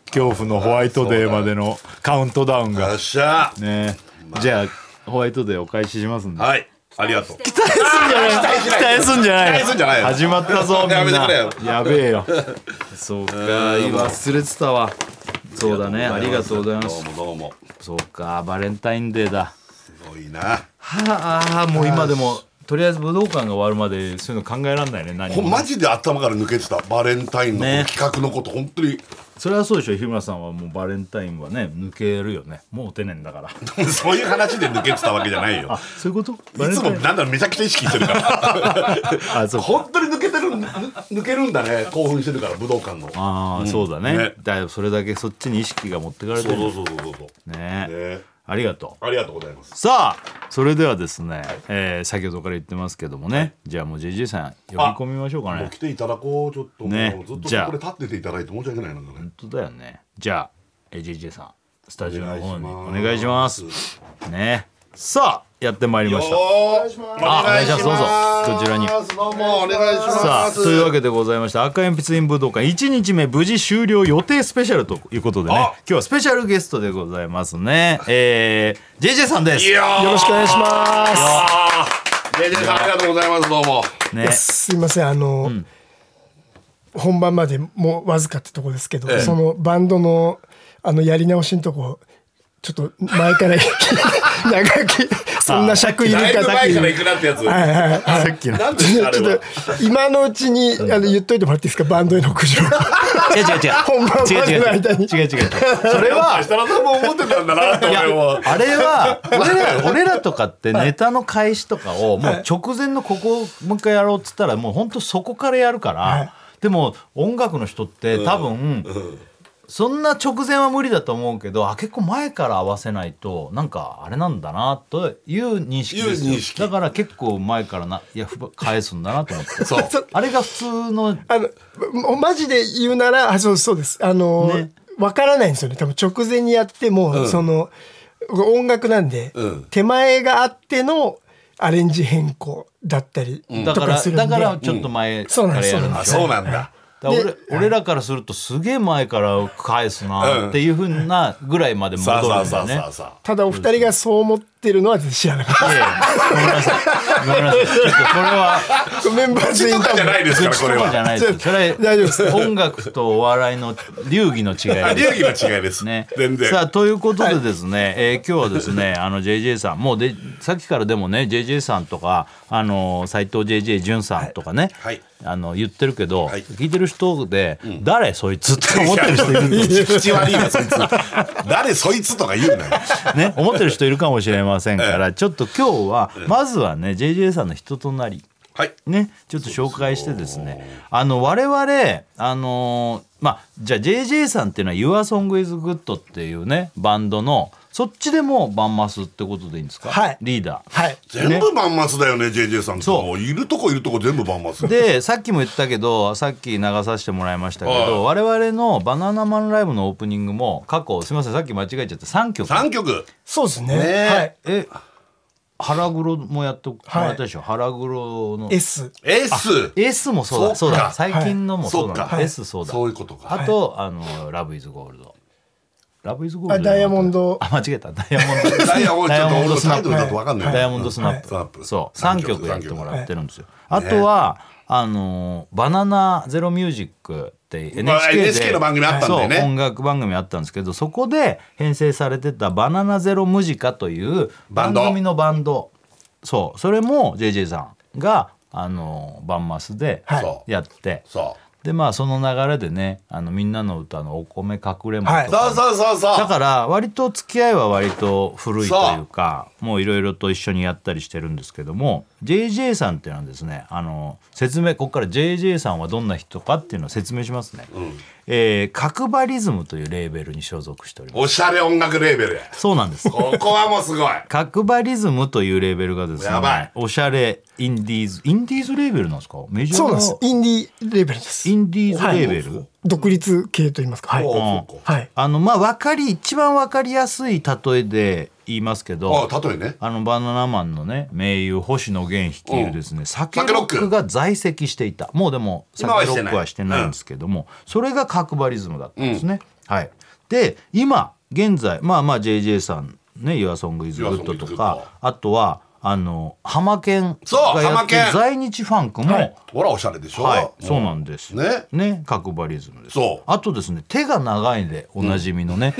恐怖のホワイトデーまでのカウントダウンよがっしゃ。ねじゃあホワイトデーお返ししますんではい。ありがとう。期待すんじゃない期待すんじゃない期待すんじゃない始まったぞみんなやめてくれよやべえよそうか今忘れてたわそうだねありがとうございますどうもどうも。そうかバレンタインデーだすごいな。はあもう今でもとりあえず武道館が終わるまでそういうの考えられないね何ほんもマジで頭から抜けてたバレンタインのこねの企画のこと本当にそれはそうでしょ日村さんはもうバレンタインはね抜けるよねもう打てねえんだからそういう話で抜けてたわけじゃないよあ。そういうことバいレンつタもインなんだろうめちゃくちゃ意識してるから。あそうか本当に抜けてるん抜けるんだね興奮してるから武道館のそああ、そうだねねだいぶそれだけそっちに意識が持ってかれてうるそうそうそうそうねねありがとうありがとうございますさあそれではですね、えー先ほどから言ってますけどもね、じゃあもう JJ さん呼び込みましょうかもうね来ていただこうちょっともうねずっとじゃあこれ立ってていただいて申し訳ないのでね本当だよねじゃあ、えー JJ さんスタジオの方におお願願いいししまますすねさあやってまいりましたお願いしますあお願いしますどうぞこちらにどうもお願いしますさあというわけでございまして赤鉛筆院武道館1日目無事終了予定スペシャルということでねあ今日はスペシャルゲストでございますねえー、JJ さんですいよやーろしくお願いしまあーねえねえさんありがとうございますどうもすねすいませんあの、本番までもうわずかってとこですけど、ええそのバンドのあのやり直しのとこちょっと前から 長きそんな尺いるだいかぶさっき前ちから行くょなってやつはいはいはいさっきのなんですかあれっはと今のうちにあの言っといてもらっていいですかバンドへの苦情違う違う違う本番まで違う違う違うの間に違う違う違うそれは設楽さんも思ってたんだなっていや俺もあれ は俺ら俺らとかってネタの開始とかをもう直前のここをもう一回やろうっつったらもうほんとそこからやるから、はいでも音楽の人って多分、そんな直前は無理だと思うけどあ結構前から合わせないとなんかあれなんだなという認識ですよいう認識だから結構前からないやふば返すんだなと思って そうあれが普通のあのまマジで言うならあそうそうですあの、ねわからないんですよね多分直前にやっても、その音楽なんで、うん手前があってのアレンジ変更だったりだとかからするんで、だからちょっと前かそうなんらですやるんそうなんであしそうなんだょだから俺俺らからするとすげえ前から返すなっていうふうなぐらいまで戻さあさるあさんだよあさねあ。さあただお二人がそう思ってるのは全然知らなかったいやいやごめんなさいごめんなさい。ちょっとこれはメンバー全員とかじゃないですからこれそうじゃはないです。それ大丈夫です音楽とお笑いの流儀の違いで流す。儀の違いです、ね、 全然さあということでですね、えー今日はです ねあの JJ さんもうでさっきからでもね JJ さんとかあの斎藤 JJ 潤さんとかね、はいあの言ってるけど、はい聞いてる人で、誰そいつって思ってる人いるんですよ 口悪いわそいつ誰そいつとか言うなよね、思ってる人いるかもしれませんから、ちょっと今日は、まずはね、JJ さんの人となり、はいね、ちょっと紹介してですね、あの、我々、あのーまあ、じゃあ JJ さんっていうのは Your Song is Good っていうね、バンドの、そっちでもバンマスってことでいいんですかはいリーダー。はい全部万末だよね JJ さんそうもういるとこいるとこ全部万末でさっきも言ったけどさっき流させてもらいましたけど我々の「バナナマンライブ」のオープニングも過去すみませんさっき間違えちゃって3曲3曲そうですねねはいえ腹黒もやってもらったでしょ、腹黒の S S S もそうだそそうっかだ最近のもそうそだ、っか S そうだそういうことかあと、あのラブイズゴールドラブイズゴーあルドじゃなかったダイヤモンドあ間違えたダイヤモンドダイヤモンドちょっと俺のタイトルだと分かんないダなイヤモンドスナップ、はいはいそう三3曲曲やってもらってるんですよ、あとはあのーバナナゼロミュージック」って NHK, で、まあ NHK の番組あったんだよねそう音楽番組あったんですけどそこで編成されてた「バナナゼロムジカ」というバン番ド組のバンドそうそれも JJ さんがあのーバンマスではいそうやって、そでまあその流れでね「あのみんなの歌の「お米かくれんぼ」はいうんとかそうそうそうそうだから割と付き合いは割と古いというかもういろいろと一緒にやったりしてるんですけども JJ さんっていうのはですねあの説明ここから JJ さんはどんな人かっていうのを説明しますね、えー角張リズムというレーベルに所属しておりますおしゃれ音楽レーベルやそうなん ですここはもうすごい角張リズムというレーベルがですねやばいおしゃれインディーズインディーズレーベルなんですかメジャーそうなんなですインディーレベルですインディーズレーベル、独立系といいますかはいおそうかはいあのまあ分かり一番分かりやすい例えで言いますけどあ例えねあのバナナマンのね名優星野源率いるですね酒酒ロッロッククが在籍していたもうでも酒今はしてないロックはしてないんですけどもそれが角張リズムだったんですね、はいで今現在まあまあ JJ さんね「YOURSONGISGOOD」と Your Song is Good かあとはあの浜県そうがやってる浜県在日ファンクも、はいほらおしゃれでしょはい、そうなんです。ねね、角張リズムです。そうあとですね、手が長いでおなじみ のね、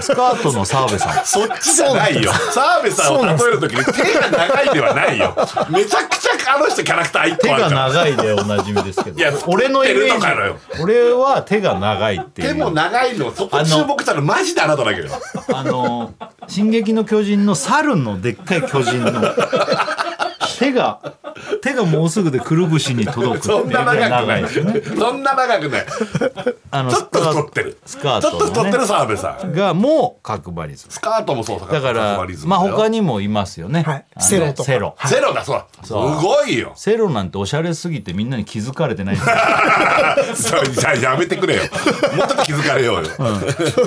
スカートの澤部さん。そっちじゃないよ 澤部さんを例えるときに手が長いではないよめちゃくちゃあの人キャラクター一手個あるがから長いでおなじみですけどいや、俺のイメ手の中だよージ、俺は手が長いっていう。手も長いのそこ注目したのマジであなただけどあの「進撃の巨人」の猿のでっかい巨人の手が手がもうすぐでくるぶしに届くっていそうんぐらない長くな長いいですよね。そんな長くないあのちょっと太ってるスカーちょっトと太ってのるね澤部さんがもう角張リズム。スカートもそうだから、まあ他にもいますよね。はいあのセロとかセロ。ゼロだそうすそうごいよセロなんておしゃれすぎてみんなに気づかれてないんですよそうじゃあやめてくれよもうちょっと気づかれようよ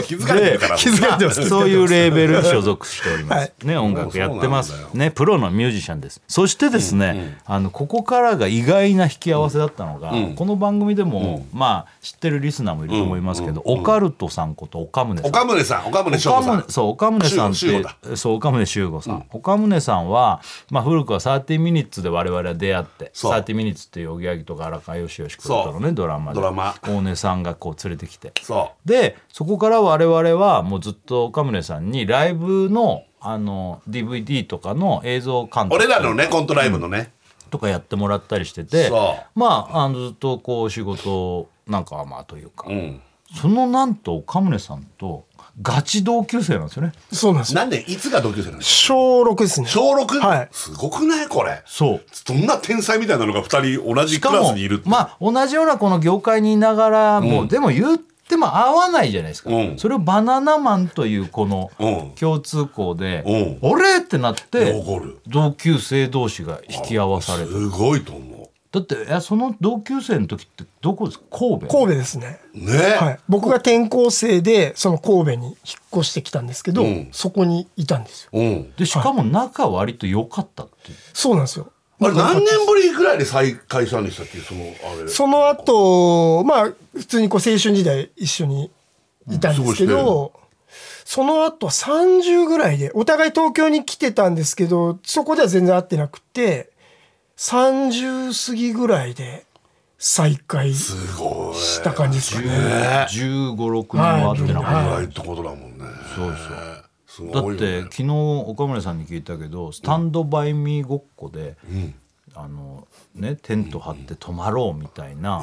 気づかれてるから気づかれてますそういうレーベルに所属しております。はいね、音楽やってまもうそうすな。んね、プロのミュージシャンです。そしてですね、あの、ここからが意外な引き合わせだったのが、この番組でも、まあ、知ってるリスナーもいると思いますけど、オカルトさんこと岡宗さん。岡宗さん岡宗翔岡吾さん宗そう岡宗さんっ修吾修吾てそう岡宗修吾さん、岡宗さんは、まあ、古くは「30ミニッツ」で我々は出会って「そう30ミニッツ」っていうおぎやぎとか荒川よしよし君とのねドラマでドラマ大根さんがこう連れてきてそでそこから我々はもうずっと岡宗さんにライブのあの DVD とかの映像監う督俺らのねコントライブのねとかやってもらったりしててそうまああのずっとこう仕事なんかはまあというか、うんそのなんと岡宗さんとガチ同級生なんですよね。そうなんですよ何年いつが同級生なの小6ですね小 6? はいすごくないこれそうどんな天才みたいなのが2人同じしクかラスもにいるってまあ同じようなこの業界にいながらも、でも言っても合わないじゃないですか、うんそれをバナナマンというこのうん共通項で「う俺!」ってなって残る同級生同士が引き合わされるすごいと思だっていやその同級生の時ってどこですか神戸神戸ですねうね、はい、僕が転校生でその神戸に引っ越してきたんですけど、うんそこにいたんですようんでしかも仲割と良かったっていうそうなんですよあれ何年ぶりぐらいで再開したんでしたっけそのあれその後まあ普通にこう青春時代一緒にいたんですけうん過ど、その後30ぐらいで、お互い東京に来てたんですけど、そこでは全然会ってなくて、30過ぎぐらいで再会しすごい。た感じですかね。 1 5六6年は会ってなかった、ぐらいってことだもんね。そうすだごっいてよね。昨日岡村さんに聞いたけどスタンドバイミーごっこで、あのね、テント張って泊まろうみたいな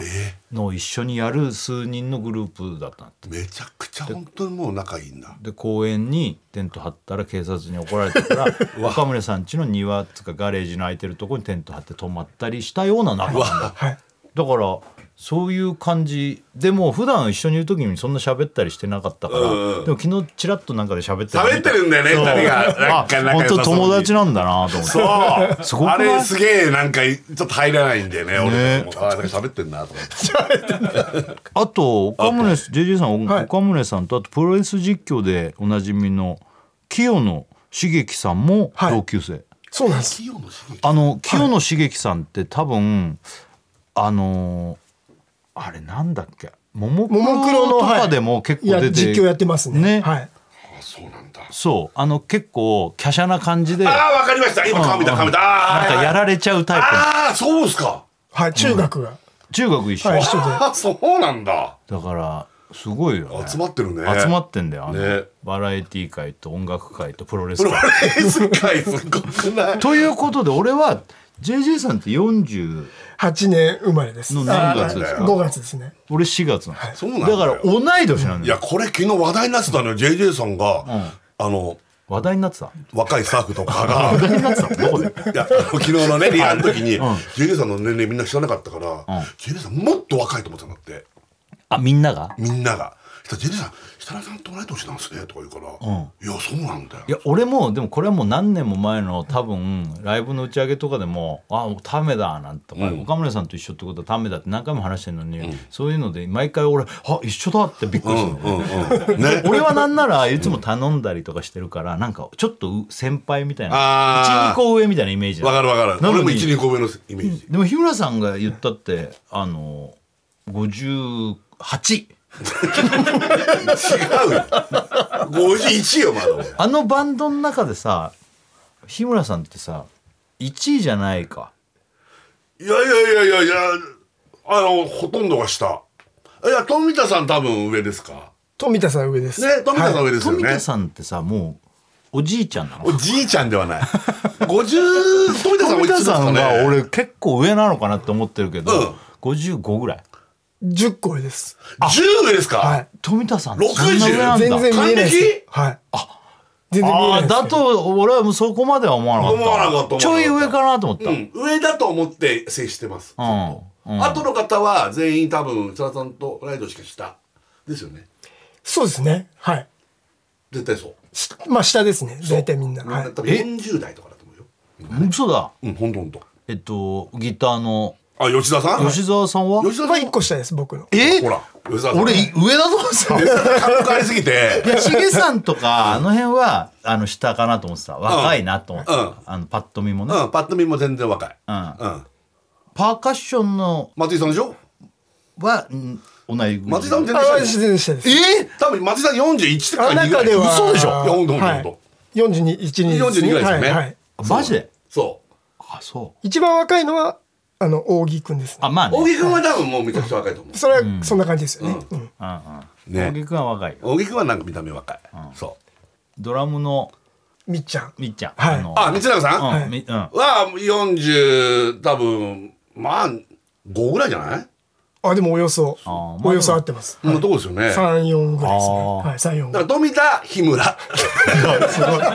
のを一緒にやる数人のグループだったんだってめちゃくちゃ本当にもう仲いいんだ。で公園にテント張ったら警察に怒られたから 岡村さん家の庭つうかガレージの空いてるとこにテント張って泊まったりしたような仲なんだってはい。だからそういう感じでも普段一緒にいる時にそんな喋ったりしてなかったから、でも昨日ちらっとなんかで喋って喋ってるんだよねそう二人がなんかあ仲良本さそうに当友達なんだなと思ってそう。すごくあないれすげえなんかちょっと入らないんだよね。俺もあなんか喋ってんなとか。あと岡村さん JJ さん、はい岡村さんとあとプロレス実況でおなじみの清野茂樹さんもはい同級生、そうなんです。清野茂樹あの清野茂樹さんって多分、あのーあれなんだっけももクももクロロのとはかいでも結い構や出て、実況やってますね。ねはい。あそうなんだ。そうあの結構華奢な感じであなあわかりました。今顔見た顔見た。あんーかやられちゃうタイプあーそうですか。はい。中学が。中学一緒、はい。一緒で。あーそうなんだ。だからすごいよ、ね、集まってるね。集まっってんだよ、あのねバラエティー界と音楽界とプロレスプロ界レス界すごくない。ということで俺は JJ さんって40八年生まれです。の何月ですかあはい五月ですね。俺4月なんですそうなんだだよから同い年なんいだよやこれ昨日話題になってたのよ JJ さんが、あの話題になってた若いスタッフとかが話題になってたどこでいやあの昨日のねリハの時に、JJ さんの年齢みんな知らなかったから、JJ さんもっと若いと思ってたんだってあみんながみんなが「そしたら JJ さん設楽さんと同い年なんですね」とか言うから「いやそうなんだよ」いや俺もでもこれはもう何年も前の多分ライブの打ち上げとかでも「あタメだ」なんとか、岡村さんと一緒ってことはタメだって何回も話してるのに、そういうので毎回俺「あ一緒だ」ってびっくりするの、うんうんね俺はなんならいつも頼んだりとかしてるからなんかちょっとう先輩みたいなあー12個上みたいなイメージだわかるわかるなの俺にも12個上のイメージ、でも日村さんが言ったってあの58違うよ51よまだ俺あのバンドの中でさ日村さんってさ1位じゃないかいやいやいやいやいやあのほとんどが下いや富田さん多分上ですか富田さん上です。ね富田さん上ですよ富ね、田さんってさもうおじいちゃんなのおじいちゃんではない。五十富田さんおいく富田つですさかんがね。俺結構上なのかなって思ってるけど、うん55ぐらい十個上です。十上ですか。はい。富田さん60そんな上なんだ全然見えないです還暦。はい。全然見えなあいあです。だと俺はもうそこまでは思わなかった思わなかった思わなかったちょい上かなと思った、うん、上だと思って接してます。うんうんあとの方は全員多分津田さんとライドしか下ですよね。そうですね。はい。絶対そう。しまあ下ですね。大体みんな。はい。多分四十代とかだと思うよ。嘘だうん、本当本当。えっとギターのあ、吉田さん。吉澤さんは、吉田さまあん一。個下です僕の。えほら、吉田さん。俺吉上だと思 って田さたん軽くありすぎてい。やしげさんとかあの辺はあの下かなと思ってた若いなと思ってた、うんあのパッと見もね、うん、パッと見も全然若い。うんうん。パーカッションの松井さんでしょ。はん同じぐらい松井さんも全然下あで全す。然下です。え多分松井さん四十一とかあ2ぐらい。中では嘘でしょいや本当本当本当はい。四十二一二42ぐらいですよねはい。ー、マジでそう。あそう一番若いのはあの扇君ですねあ。まあね小木君は多分もうめちゃくちゃ若いと思う。それはそんな感じですよね。うんうんうん、小木君は若いよ小木君はなんか見た目若い。そう。ドラムのみっちゃん。みっちゃん、はいのあ、道永さうんんいみうん、は40多分まあ5ぐらいじゃないあでもおよそあーまあおよそ合ってます。のとこですよね。だか三四ぐらいですね。あーはい三四。ら富田日村。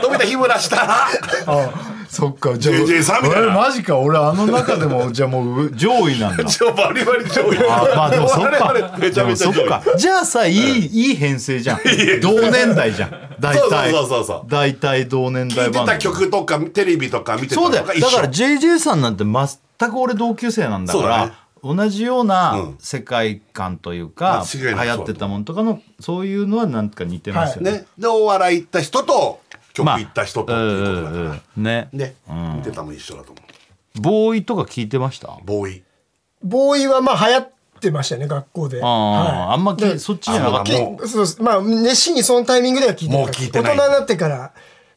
富田日村したらあそっかじゃあ JJ さんみたいな俺マジか俺あの中で もじゃあもう上位な んだちょバリバリ上位。あまあでもそっか我々めちゃめちゃで上もそっ位。かじゃあさいい,、いい編成じゃん同年代じゃん大体そうそうそうそう大体同年聞代いてバンドた曲とかテレビとか見てたそうのだよとだかか一緒。ら JJ さんなんて全く俺同級生なんだかそうらだね同じようなうん世界観というか、間違いなく流行ってたものとかのそういうのはなんか似てますよね。ね。でお笑い行った人と曲行った人とってういんうことうだかんら。うんねね。見てたもん一緒だと思う。ボーイとか聞いてましたボーイ。ボーイはまあ流行っってましたね学校で。ああ、はあんまできそっちじゃなかっい、たあきそうですまあ熱心にそのタイミングでは聞いてなもかうった聞いてない大人になってから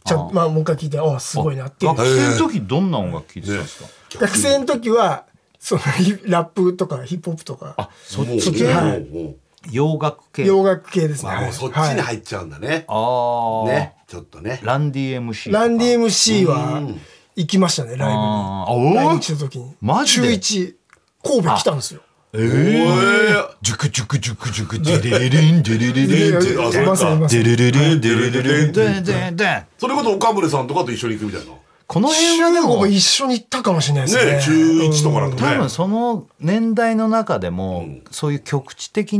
ちゃんまあもう一回聞いてああすごいなっていう学生の時どんな音楽聴いてたんですか、学生の時はその ヒラップとかヒップホップとかそっもうち系もうもう洋楽系洋楽系ですね。まあもうそっちはいに入っちゃうんだね。ああ、ね、ちょっとね。ランディ MC とかランディ MC うはん行きましたねライブに。あー来お日ーした時にマジで中一神戸来たんですよええー、ジュクジュクジュクジュクデレレリンデレレリンえあそうかまさにまさデにレレリンデレレリンデンデンデンそれこそ岡村さんとかと一緒に行くみたいな。この辺はで中国もも一緒に行ったかもしれないですねね、中一とかだとね。多分その年代の中でも、そういう局地的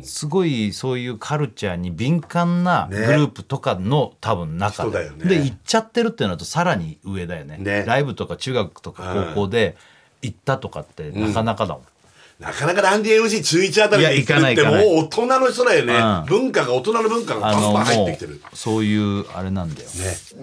うんすごいそういうカルチャーに敏感なグねループとかの多分中人だで,、よねで行っちゃってるってなるとさらに上だよねねライブとか中学とか高校で行ったとかってなかなかだもん、なかなかランディ MC 中1あたりで行くっいやて行もかない行かないう大人の人だよね、うん文化が大人の文化があパンのパン入っもてきてるねうそういうあれなんだよ、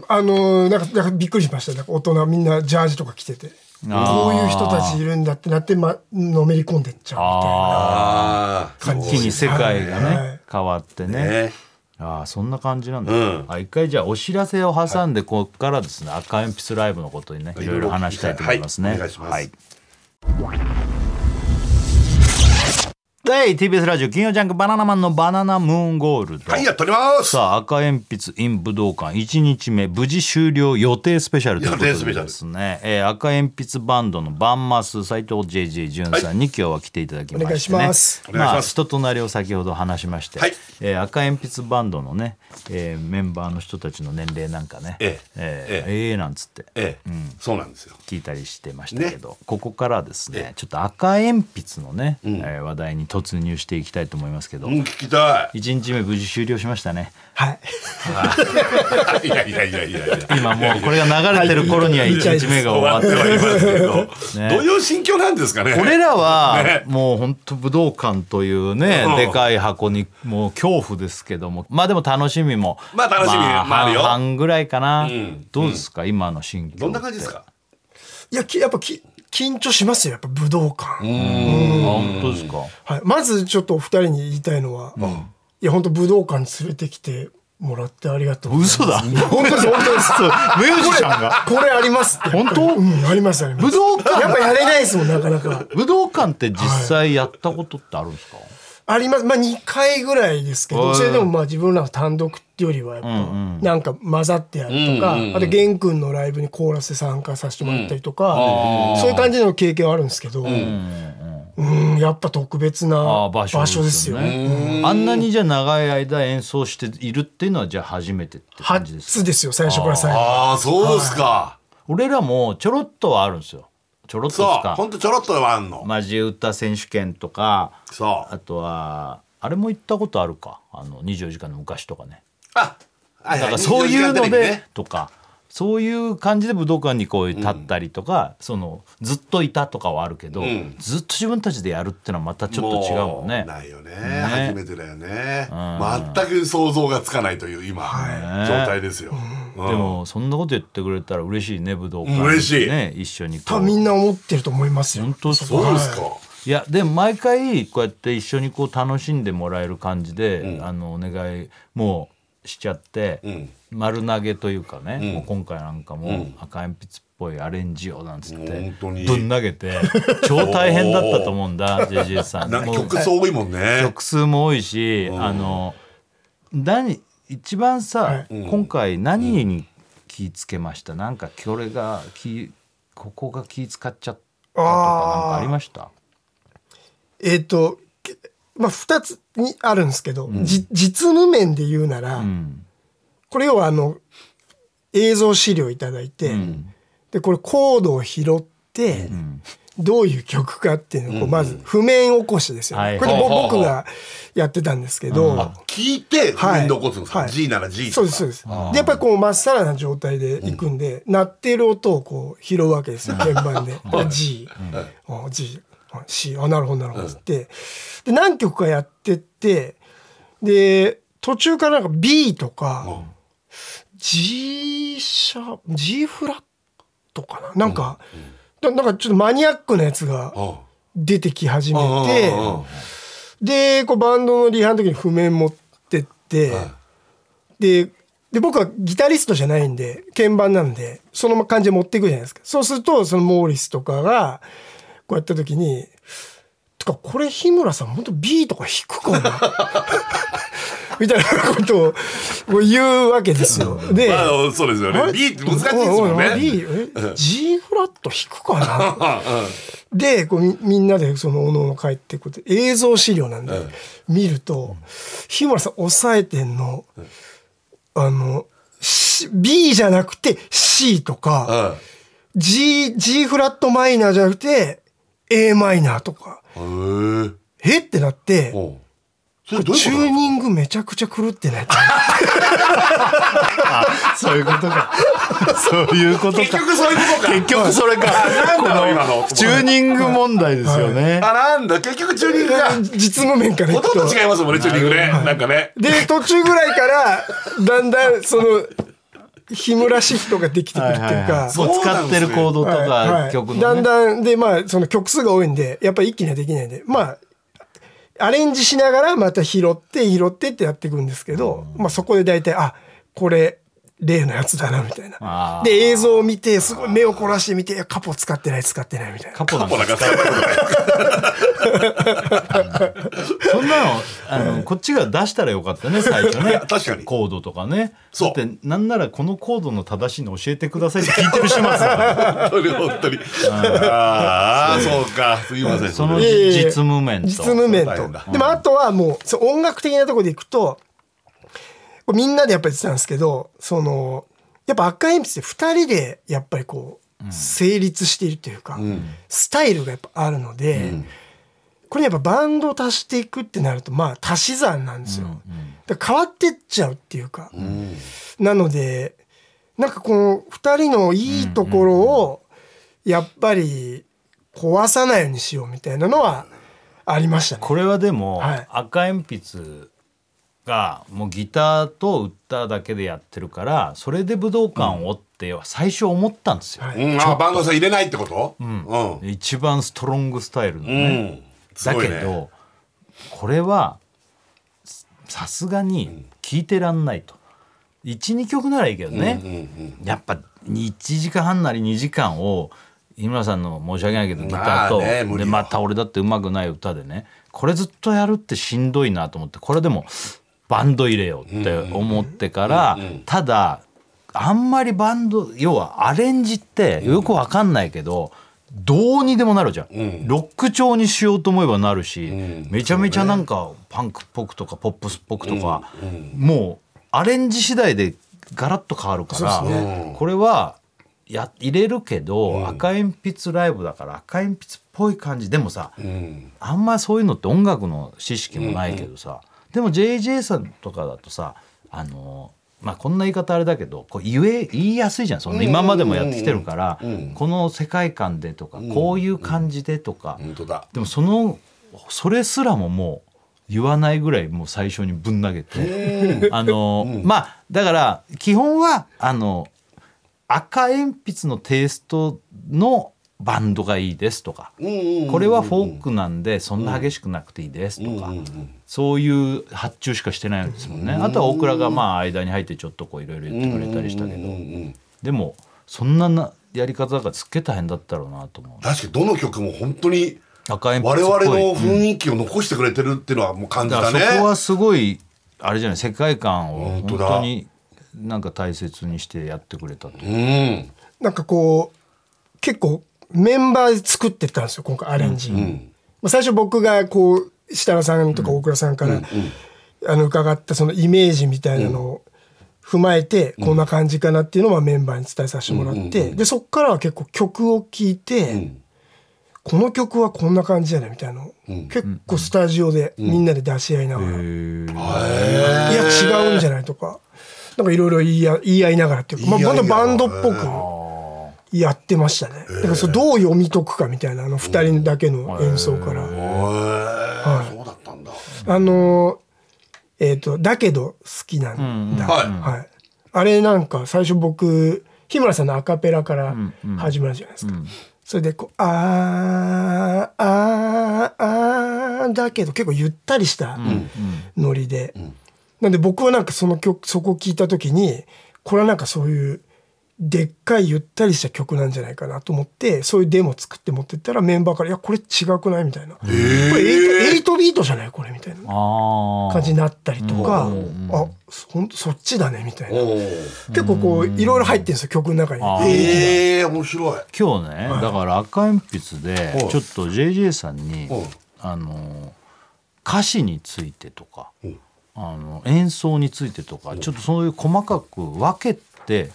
あのーなんかなんかびっくりしましたなんか大人みんなジャージとか着ててあーこういう人たちいるんだってなって、ま、のめり込んでっちゃうみたいなああああ一気に世界がね、はい変わってねねああそんな感じなんだ、うんあ一回じゃあお知らせを挟んでここからですね、赤鉛筆ライブのことにねいろいろ話したいと思いますね、はいお願いしますはい、TBS ラジオ金曜ジャンク「バナナマンのバナナムーンゴールド」はいやっておりますさあ赤鉛筆 in 武道館1日目無事終了予定スペシャルということ予定スペでシャルですね、えー赤鉛筆バンドのバンマス斎藤 JJ 潤さんに今日は来ていただきまして、ねお願いしますお願いしますあ人となりを先ほど話しまして、はいえー赤鉛筆バンドのね、えーメンバーの人たちの年齢なんかねえええーええーなんつってええ、そうなんですよ聞いたりしてましたけど、ここからはですねちょっと赤鉛筆のね、えー話題に突入していきたいと思いますけど、うん聞きた一1日目無事終了しましたねはいいいやいやいやいやいや今もうこれが流れてる頃にははい1日目が終わって終るわってはいますけど、どういう心境なんですかね俺らはねもう本当武道館というねうんでかい箱にもう恐怖ですけどもまあでも楽しみもまあ楽しみもあるよ半々ぐらいかなうんどうですか今の心境どんな感じですかいやきやっぱき緊張しますよやっぱ武道館、あ本当ですかはい、まずちょっとお二人に言いたいのは、いや本当武道館に連れてきてもらってありがとうございます嘘だ本当です本当ですミュージシャンがこれありますって本当うんありますあります武道館やっぱやれないですもんなかなか武道館って実際やったことってあるんですかあります。まあ2回ぐらいですけはど、いそれでもまあ自分らの単独っていうよりはやっんぱ、なんか混ざってやるとか、あと玄君のライブにコーラスで参加させてもらったりとか、そういう感じの経験はあるんですけど、うん、やっぱ特別あー場な場所所ですよ。ねあんなにじゃあ長い間演奏しているっていうのはじゃあ初めてって感じですか初ですよ、最初から最後。ああそうですか、俺らもちょろっとはあるんですよちょろっとっそすうかほんとちょろっとはあんの、マジ歌選手権とかそあうとはあれも行ったことあるかあの24時間の昔とかねあだだからそういうのでね、とかそういう感じで武道館にこう立ったりとか、そのずっといたとかはあるけど、んずっと自分たちでやるってのはまたちょっと違うもんねうないよね初めてだよね、全く想像がつかないという今、ね状態ですよ、うんでもそんなこと言ってくれたら嬉しいね武道館、うん嬉しいね一緒にこ多う分みんな思ってると思いますよ本。当そそうですか、いやでも毎回こうやって一緒にこう楽しんでもらえる感じで、あのお願いもうしちゃって、ん丸投げというかね、もう今回なんかも赤鉛筆っぽいアレンジをなんつって本当にぶん投げて超大変だったと思うんだ JJ さん。なんかもう曲数多いもんね曲数も多いし、あの何一番さ、今回何に気付けました、なんかこれが気ここが気使っちゃったとかなんかありましたえっ、と、けまあ2つにあるんですけど、じ実務面で言うなら、うんこれ要はあの映像資料いただいて、でこれコードを拾って、どういう曲かっていうのをこうまず譜面起こしですよね、はいこれでほぼうほうほう僕がやってたんですけど、聞いて譜面で起こすんですか、はい G なら G そとかうですそうですでやっぱりこうまっさらな状態でいくんで、鳴ってる音をこう拾うわけですよ鍵盤で G、あ G あ C あなるほどなるほどっつって、で何曲かやってってで途中からなんか B とか、G シャープ G フラットかななんか、ななんかちょっとマニアックなやつがう出てき始めてうんうんうんでこうバンドのリハの時に譜面持ってって、でで僕はギタリストじゃないんで鍵盤なんでその感じで持っていくじゃないですかそうするとそのモーリスとかがこうやった時に「とかこれ日村さん本当 B とか弾くかな? 」みたいな ことをこう言うわけですよ。で、 まあそうですよあねれ B って難しいですもんおいおいね B え G フラット弾くか なでこうみみんなでそのおのおの帰ってくって映像資料なんで、見ると日村さん抑えてんの、あの C- B じゃなくて C とうか、ん G, G フラットマイナーじゃなくて A マイナーとかへえってなって。えうんそれどうチュいーうこニングめちゃくちゃ狂ってない。 そういうことかそういうこととか結局そういうことか結局それかなんだろう今のチューニング問題ですよね、あなんだ結局チューニングが実務面からいほくと。とんど違いますもんねチューニングねなんかねで途中ぐらいからだんだんその日村シフトができてくるっていうはいはいはか。そう使ってるコードとはいはかい曲のねだんだんでまあその曲数が多いんでやっぱり一気にはできないんでまあアレンジしながらまた拾って拾ってってやっていくんですけど、まあ、そこで大体あこれ例のやつだなみたいあなーで映像を見てすごい目を凝らしてみていやカポ使ってない使ってないみたいなカポなんほらかなんかそんなのあのこっちが出したらよかっ たね最初いねや確かにコードとかねそうだってなんならこのコードの正しいの教えてくださいって聞いてる始末だ からそれ本当にああそうかすいませんそのいやいやい実や務面と実務面そうとだよなでもあとはもうそう音楽的なところでいくとこれみんなでやっぱり言ってたんですけどそのやっぱ赤鉛筆で2人でやっぱりこう成立しているというか、んスタイルがやっぱあるので、これやっぱバンドを足していくってなるとまあ足し算なんですよ。だから変わってっちゃうっていうか、なのでなんかこの2人のいいところをやっぱり壊さないようにしようみたいなのはありましたね。これはでも、はい赤鉛筆がもうギターと歌だけでやってるからそれで武道館をって最初思ったんですよ、はいうんあバンドさん入れないってことうんう一番ストロングスタイルのね、んすだごけいねど、これはさすがに聴いてらんないと12曲ならいいけどね、やっぱ1時間半なり2時間を日村さんの申し訳ないけどギターと、まあね無理でよまた俺だってうまくない歌でねこれずっとやるってしんどいなと思ってこれでもバンド入れようって思ってから、ただあんまりバンド要はアレンジってよくわかんないけど、どうにでもなるじゃん、ロック調にしようと思えばなるし、めちゃめちゃなんかパンクっぽくとかポップスっぽくとか、もうアレンジ次第でガラッと変わるから、そうですこれはや入れるけど、赤鉛筆ライブだから赤鉛筆っぽい感じでもさ、うんあんまそういうのって音楽の知識もないけどさ、でも JJ さんとかだとさあのまあこんな言い方あれだけどこう言え言いやすいじゃんその今までもやってきてるから、この世界観でとか、こういう感じでとか、本当だでもそのそれすらももう言わないぐらいもう最初にぶん投げてあの、まあだから基本はあの赤鉛筆のテイストのバンドがいいですとか、これはフォークなんでそんな激しくなくていいですとか、そういう発注しかしてないんですもんね、あとは大倉がまあ間に入ってちょっとこういろいろ言ってくれたりしたけど、でもそんななやり方だからすっげえ大変だったろうなと思う確かにどの曲も本当に赤鉛我筆っぽい々の雰囲気を残してくれてるっていうのはもう感じだかたねらそこはすごいあれじゃない世界観を本当本だ当になんか大切にしてやってくれたといううんなんかこう結構メンバーで作ってったんですよ今回アレンジ、まあ最初僕がこう設楽さんとか大倉さんから、あの伺ったそのイメージみたいなのを踏まえて、こんな感じかなっていうのをまあメンバーに伝えさせてもらって、でそっからは結構曲を聴いて、この曲はこんな感じやねみたいなのを、結構スタジオでみんなで出し合いながら、いや違うんじゃないとかなんかいろいろ言い合言い合いながらっていうか、まあ、言い合ほいんなとがらバンドっぽくやってましたね、だからそれどう読み解くかみたいなあの2人だけの演奏から、へえそうだったんだあのえっ、と「だけど好きなんだ」はいはい、あれなんか最初僕日村さんのアカペラから始まるじゃないですか、それでこう「あーあーあー」だけど結構ゆったりしたノリで、なんで僕はなんかその曲そこ聞いた時にこれはなんかそういうでっかいゆったりした曲なんじゃないかなと思ってそういうデモ作って持ってったらメンバーから「いやこれ違くない?」みたいな「これ 8, 8ビートじゃないこれ」みたいなあ感じになったりとか「あほんとそっちだね」みたいな結構こういろいろ入ってるんですよ曲の中に。ええ面白い今日ね、だから赤鉛筆でちょっと JJ さんにおうあの歌詞についてとかうんあの演奏についてとかちょっとそういう細かく分けて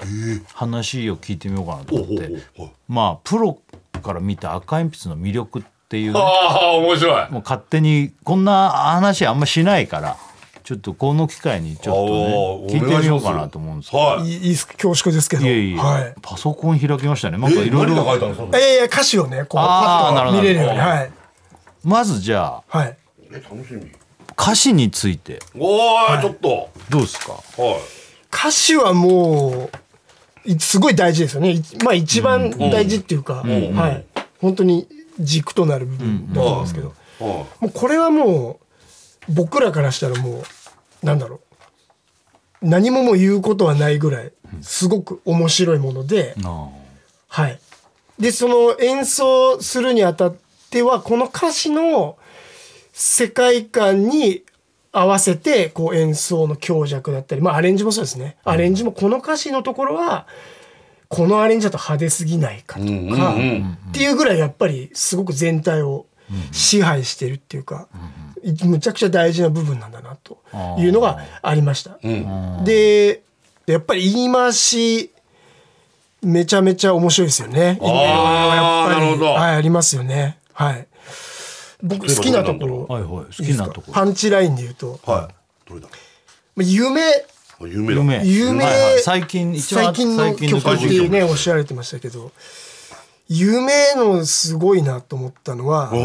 話を聞いてみようかなとおう思っおうておうおうまあプロから見た赤鉛筆の魅力っていうねああ面白いもう勝手にこんな話あんましないからちょっとこの機会にちょっとあーね聞いてみようかお願いしまなすと思うんですけどはいいいいいっす恐縮ですけどいえいえ、はい、パソコン開きましたねなんかえいろい何が書いろてあるのいやいや歌詞をねこうあーパなるッほどと見れるようにはいまずじゃあはいえ楽しみ歌詞についておーちょっとどうですかはい歌詞はもういすごい大事ですよねいまあ一番大事っていうか、はい本当に軸となる部分だと思うんですけど、はもうこれはもう僕らからしたらもうなんだろう何ももう言うことはないぐらいすごく面白いもので、はい。で、その演奏するにあたっては、この歌詞の世界観に合わせて、こう演奏の強弱だったり、まあアレンジもそうですね。アレンジもこの歌詞のところは、このアレンジだと派手すぎないかというんうか、んうんっていうぐらいやっぱりすごく全体を支配してるっていうか、いむちゃくちゃ大事な部分なんだなというのがありました。でやっぱり言い回しめちゃめちゃ面白いですよね。あーやっぱりなるほどはいありますよね。はい。僕好きなところはいはい好きなとこパンチラインで言うと、はいどれだまあ夢あ夢だ有名有名はいはい最近一番最近の曲最っ近のてい曲うねおっしゃられてましたけど夢のすごいなと思ったのはおう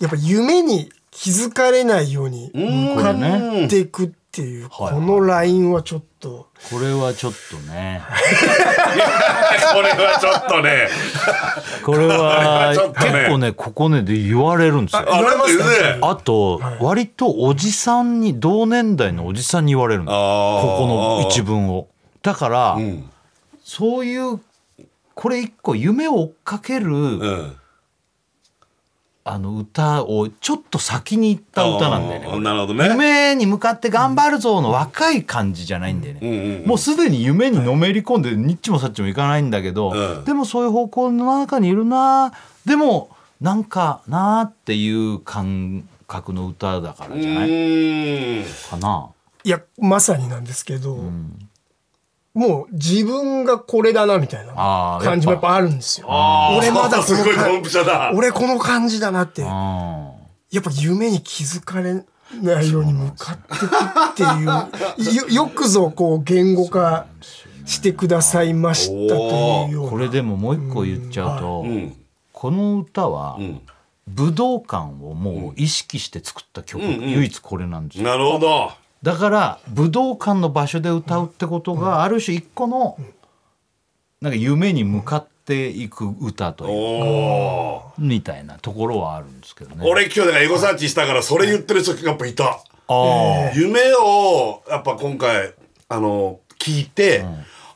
やっぱ夢に気づかれないようにん向かっていくっていうこのラインはちょっとこれはちょっとねこれはちょっとねこれ はちょっとね結構ねここねで言われるんですよあれだよねあと割とおじさんに同年代のおじさんに言われるのあーここの一文をだからんそういうこれ一個夢を追っかけるうんあの歌をちょっと先に行った歌なんだよねあこーれなるほどね夢に向かって頑張るぞの若い感じじゃないんだよね、うんうんもうすでに夢にのめり込んでニッチもサッチもいかないんだけど、うんでもそういう方向の中にいるなでもなんかなーっていう感覚の歌だからじゃうないーんかないやまさになんですけど、もう自分がこれだなみたいなあーやっぱ感じもやっぱあるんですよ。あー俺まだこすごいドンのピシャだ感俺この感じだなってやあっぱ夢に気づかれないように向かって いくっていうよよくぞこう言語化してくださいましたというよーうな。これでももう一個言っちゃうと、んこの歌は、ん武道館をもう意識して作った曲、うんうん唯一これなんですよなるほどだから武道館の場所で歌うってことがある種一個のなんか夢に向かっていく歌とおいうおみたいなところはあるんですけどね。俺今日だからエゴサーチしたからそれ言ってる人やっぱいたあ夢をやっぱ今回あの聞いて、あ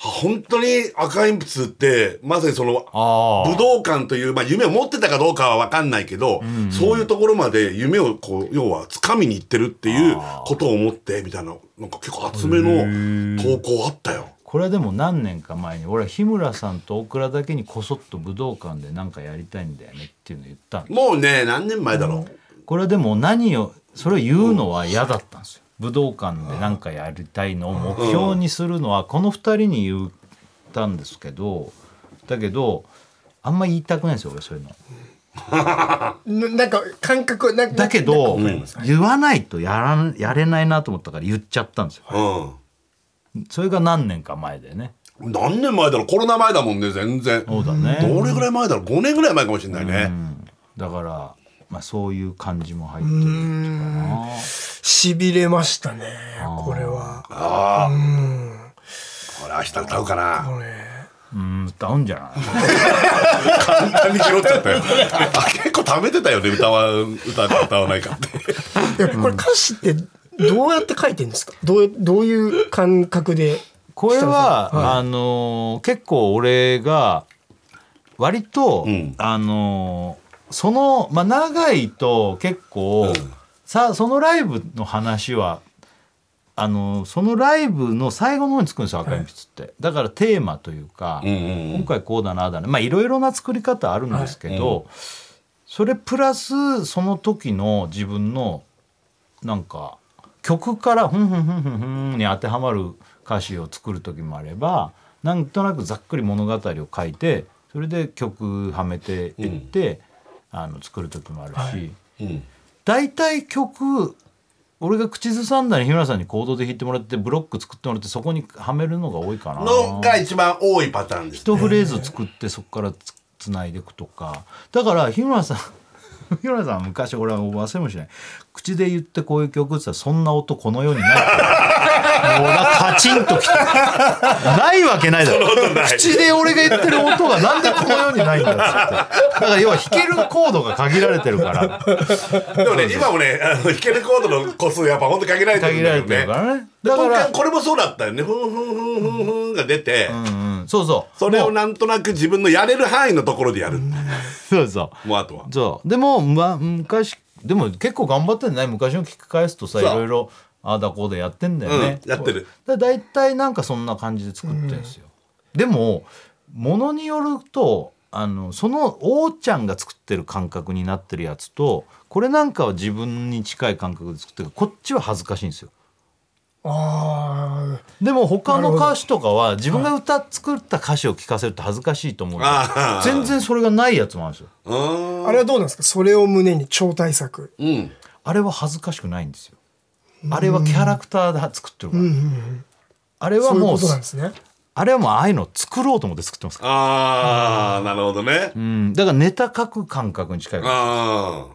本当に赤鉛筆ってまさにそのああ武あ道館という、まあ、夢を持ってたかどうかは分かんないけど、そういうところまで夢をこう要は掴みに行ってるっていうことを思ってみたいななんか結構厚めの投稿あったよ。これはでも何年か前に俺は日村さんと大倉だけにこそっと武道館で何かやりたいんだよねっていうのを言ったんでもうね何年前だろう、すこれはでも何をそれを言うのは嫌だったんですよ。武道館で何かやりたいのを目標にするのはこの2人に言ったんですけどだけどあんま言いたくないんですよ俺そういうの。ななんか感覚なんかだけどかりま言わないとやらんやれないなと思ったから言っちゃったんですよそれが何年か前でねうん、何年前だろうコロナ前だもんね全然そうだねどれぐらい前だろう5年ぐらい前かもしれないね、だから、まあ、そういう感じも入ってるっていうかなしびれましたねこれは。ああこれ明日歌うかなこれうんうん歌うんじゃない簡単に拾っちゃったよあ結構貯めてたよね歌わ歌って歌わないかってえこれ歌詞ってどうやって書いてるんですかどうどういう感覚でこれは、はあのー結構俺が割と、うんあのーその、まあ、長いと結構、さそのライブの話はあのーそのライブの最後の方につくんですよ赤鉛筆って、だからテーマというか、うんうんうん今回こうだなああだねまあいろいろな作り方あるんですけど、それプラスその時の自分のなんか曲から「ふんふんふんふんふん」に当てはまる歌詞を作る時もあればなんとなくざっくり物語を書いてそれで曲はめていって、あの作る時もあるし、うん大体曲俺が口ずさんだり日村さんに行動で弾いてもらってブロック作ってもらってそこにはめるのが多いかな。のが一番多いパターンです一フレーズ作ってそこからつつないでいくとかだから日村さん日村さん 昔俺は忘れもしない口で言ってこういう曲って言ったらそんな音この世にないってもうなんかカチンときたないわけないだろ口で俺が言ってる音がなんでこの世にないんだっつってだから要は弾けるコードが限られてるからでもね今もねあの弾けるコードの個数やっぱ本当限られてる限んらだれよてねるからねだだかかららこれもそうだったよねふんふんふんふんふんが出て、うんうんそうそうそれをなんとなく自分のやれる範囲のところでやる、そうそうもうあとはそうでも、ま、昔でも結構頑張ってんね昔の聞き返すとさいそうろいろああだこうだやってんだよね、うんやってるだだいたいなんかそんな感じで作ってんですよ、でもものによるとあのそのおーちゃんが作ってる感覚になってるやつとこれなんかは自分に近い感覚で作ってるこっちは恥ずかしいんですよあでも他の歌手とかは自分が歌作った歌詞を聞かせると恥ずかしいと思うけどああ全然それがないやつもあるんですようーんああれはどうなんですかそれを胸に超大作うんあれは恥ずかしくないんですよ。あれはキャラクターで作ってるから。あれはそういうもうことなんですねあれはもうああいうの作ろうと思って作ってますから。ああ、なるほどね、うん、だからネタ書く感覚に近いから。ああ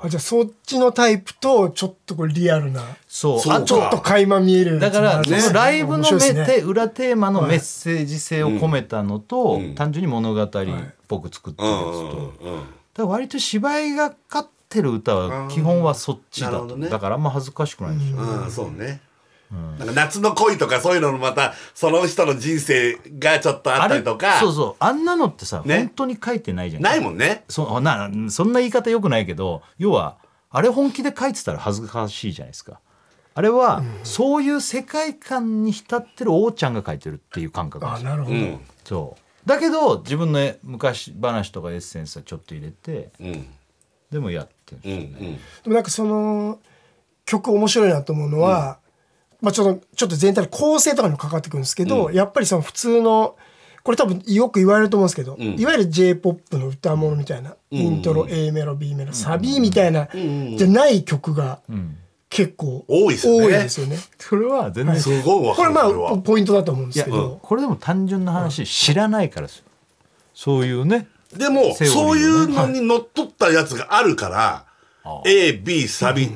あじゃあそっちのタイプとちょっとこうリアルなそう。そうあちょっと垣間見えるだからそのライブの面白いめ、ですねて裏テーマのメッセージ性を込めたのと、単純に物語っぽく作ってうるやつんうんと、うんだから割と芝居がかってる歌は基本はそっちだなると、ほどねだからあんま恥ずかしくないんですよ、うんうんそうね、なんか夏の恋とかそういうのもまたその人の人生がちょっとあったりとかそうそうあんなのってさ、ね本当に書いてないじゃんないもんねそなそんな言い方よくないけど要はあれ本気で書いてたら恥ずかしいじゃないですかあれは、そういう世界観に浸ってる王ちゃんが書いてるっていう感覚なんあですよなるほうど、んそうだけど自分の絵昔話とかエッセンスはちょっと入れてうんでもやってうるんうんでもなんかその曲面白いなと思うのは、まあちょっとちょっと全体の構成とかにもかかってくるんですけど、やっぱりその普通のこれ多分よく言われると思うんですけど、いわゆる j p o p の歌物みたいな、イントロ A メロ B メロサビみたいな、じゃない曲が結構多いですよねよねそれは全然、い、すごいわかこれるまこれあはポイントだと思うんですやけど、これでも単純な話、知らないからですよそういうねでもセオリーをねそういうのにのっとったやつがあるからあ AB サビ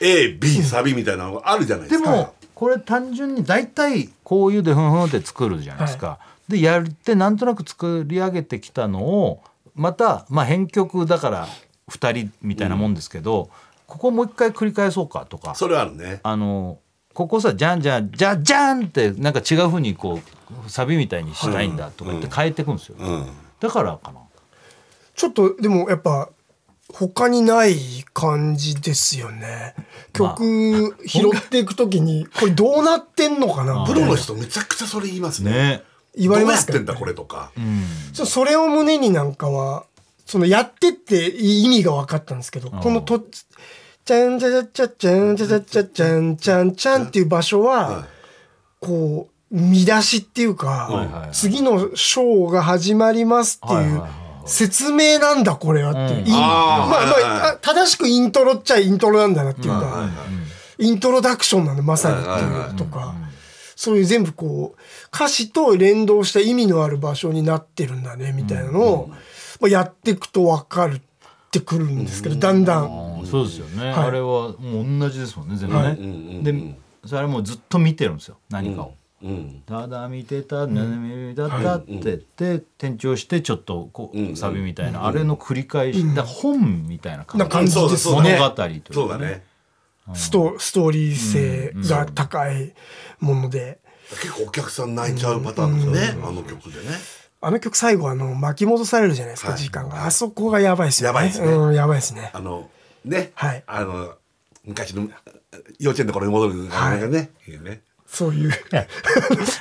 AB サビみたいなのがあるじゃないでですかもこれ単純に大体こういうでふんふんって作るじゃないですか。でやってなんとなく作り上げてきたのをまた、まあ、編曲だから2人みたいなもんですけど、ここもう一回繰り返そうかとかそれはあるねあのここさじゃんじゃんじゃじゃんってなんか違うふうにこうサビみたいにしたいんだとか言って変えていくんですよ。うんだからかな。ちょっとでもやっぱ他にない感じですよね。曲拾っていくときにこれどうなってんのかなプロの人めちゃくちゃそれ言いますね言われますどかうやってんだこれとかそそれを胸になんかはそのやってって意味が分かったんですけどこのと「ちゃんちゃちゃちゃちゃんちゃちゃちゃちゃんちゃんちゃん」っていう場所はこう見出しっていうか次のショーが始まりますってはいはいいうはい説明なんだこれはっていう。いあーいまあまはいはいはいああ、正しくイントロっちゃイントロなんだなっていうか、イントロダクションなんだ、まさにっていうとか、そういう全部こう、歌詞と連動した意味のある場所になってるんだね、みたいなのを、まあ、やっていくと分かるってくるんですけど、だんだん。あそうですよね、はいあれはもう同じですもんね全部うね、んうんうんでそれはもうずっと見てるんですよ何かを、うんただ見てた、ぬぬみだったってって、転調して、ちょっとこう、うんサビみたいな、あれの繰り返し、だから本みたいな感じ。な感じですね物語というかそうだねストストーリー性が高いもので、結構お客さん泣いちゃうパターンですよね、あの曲でねあの曲最後あの巻き戻されるじゃないですか、はい時間があそこがやばいですやよねばいですねうん、やばいですねあのね、はいあの昔の幼稚園の頃に戻るあれがね,、い、いよねそういう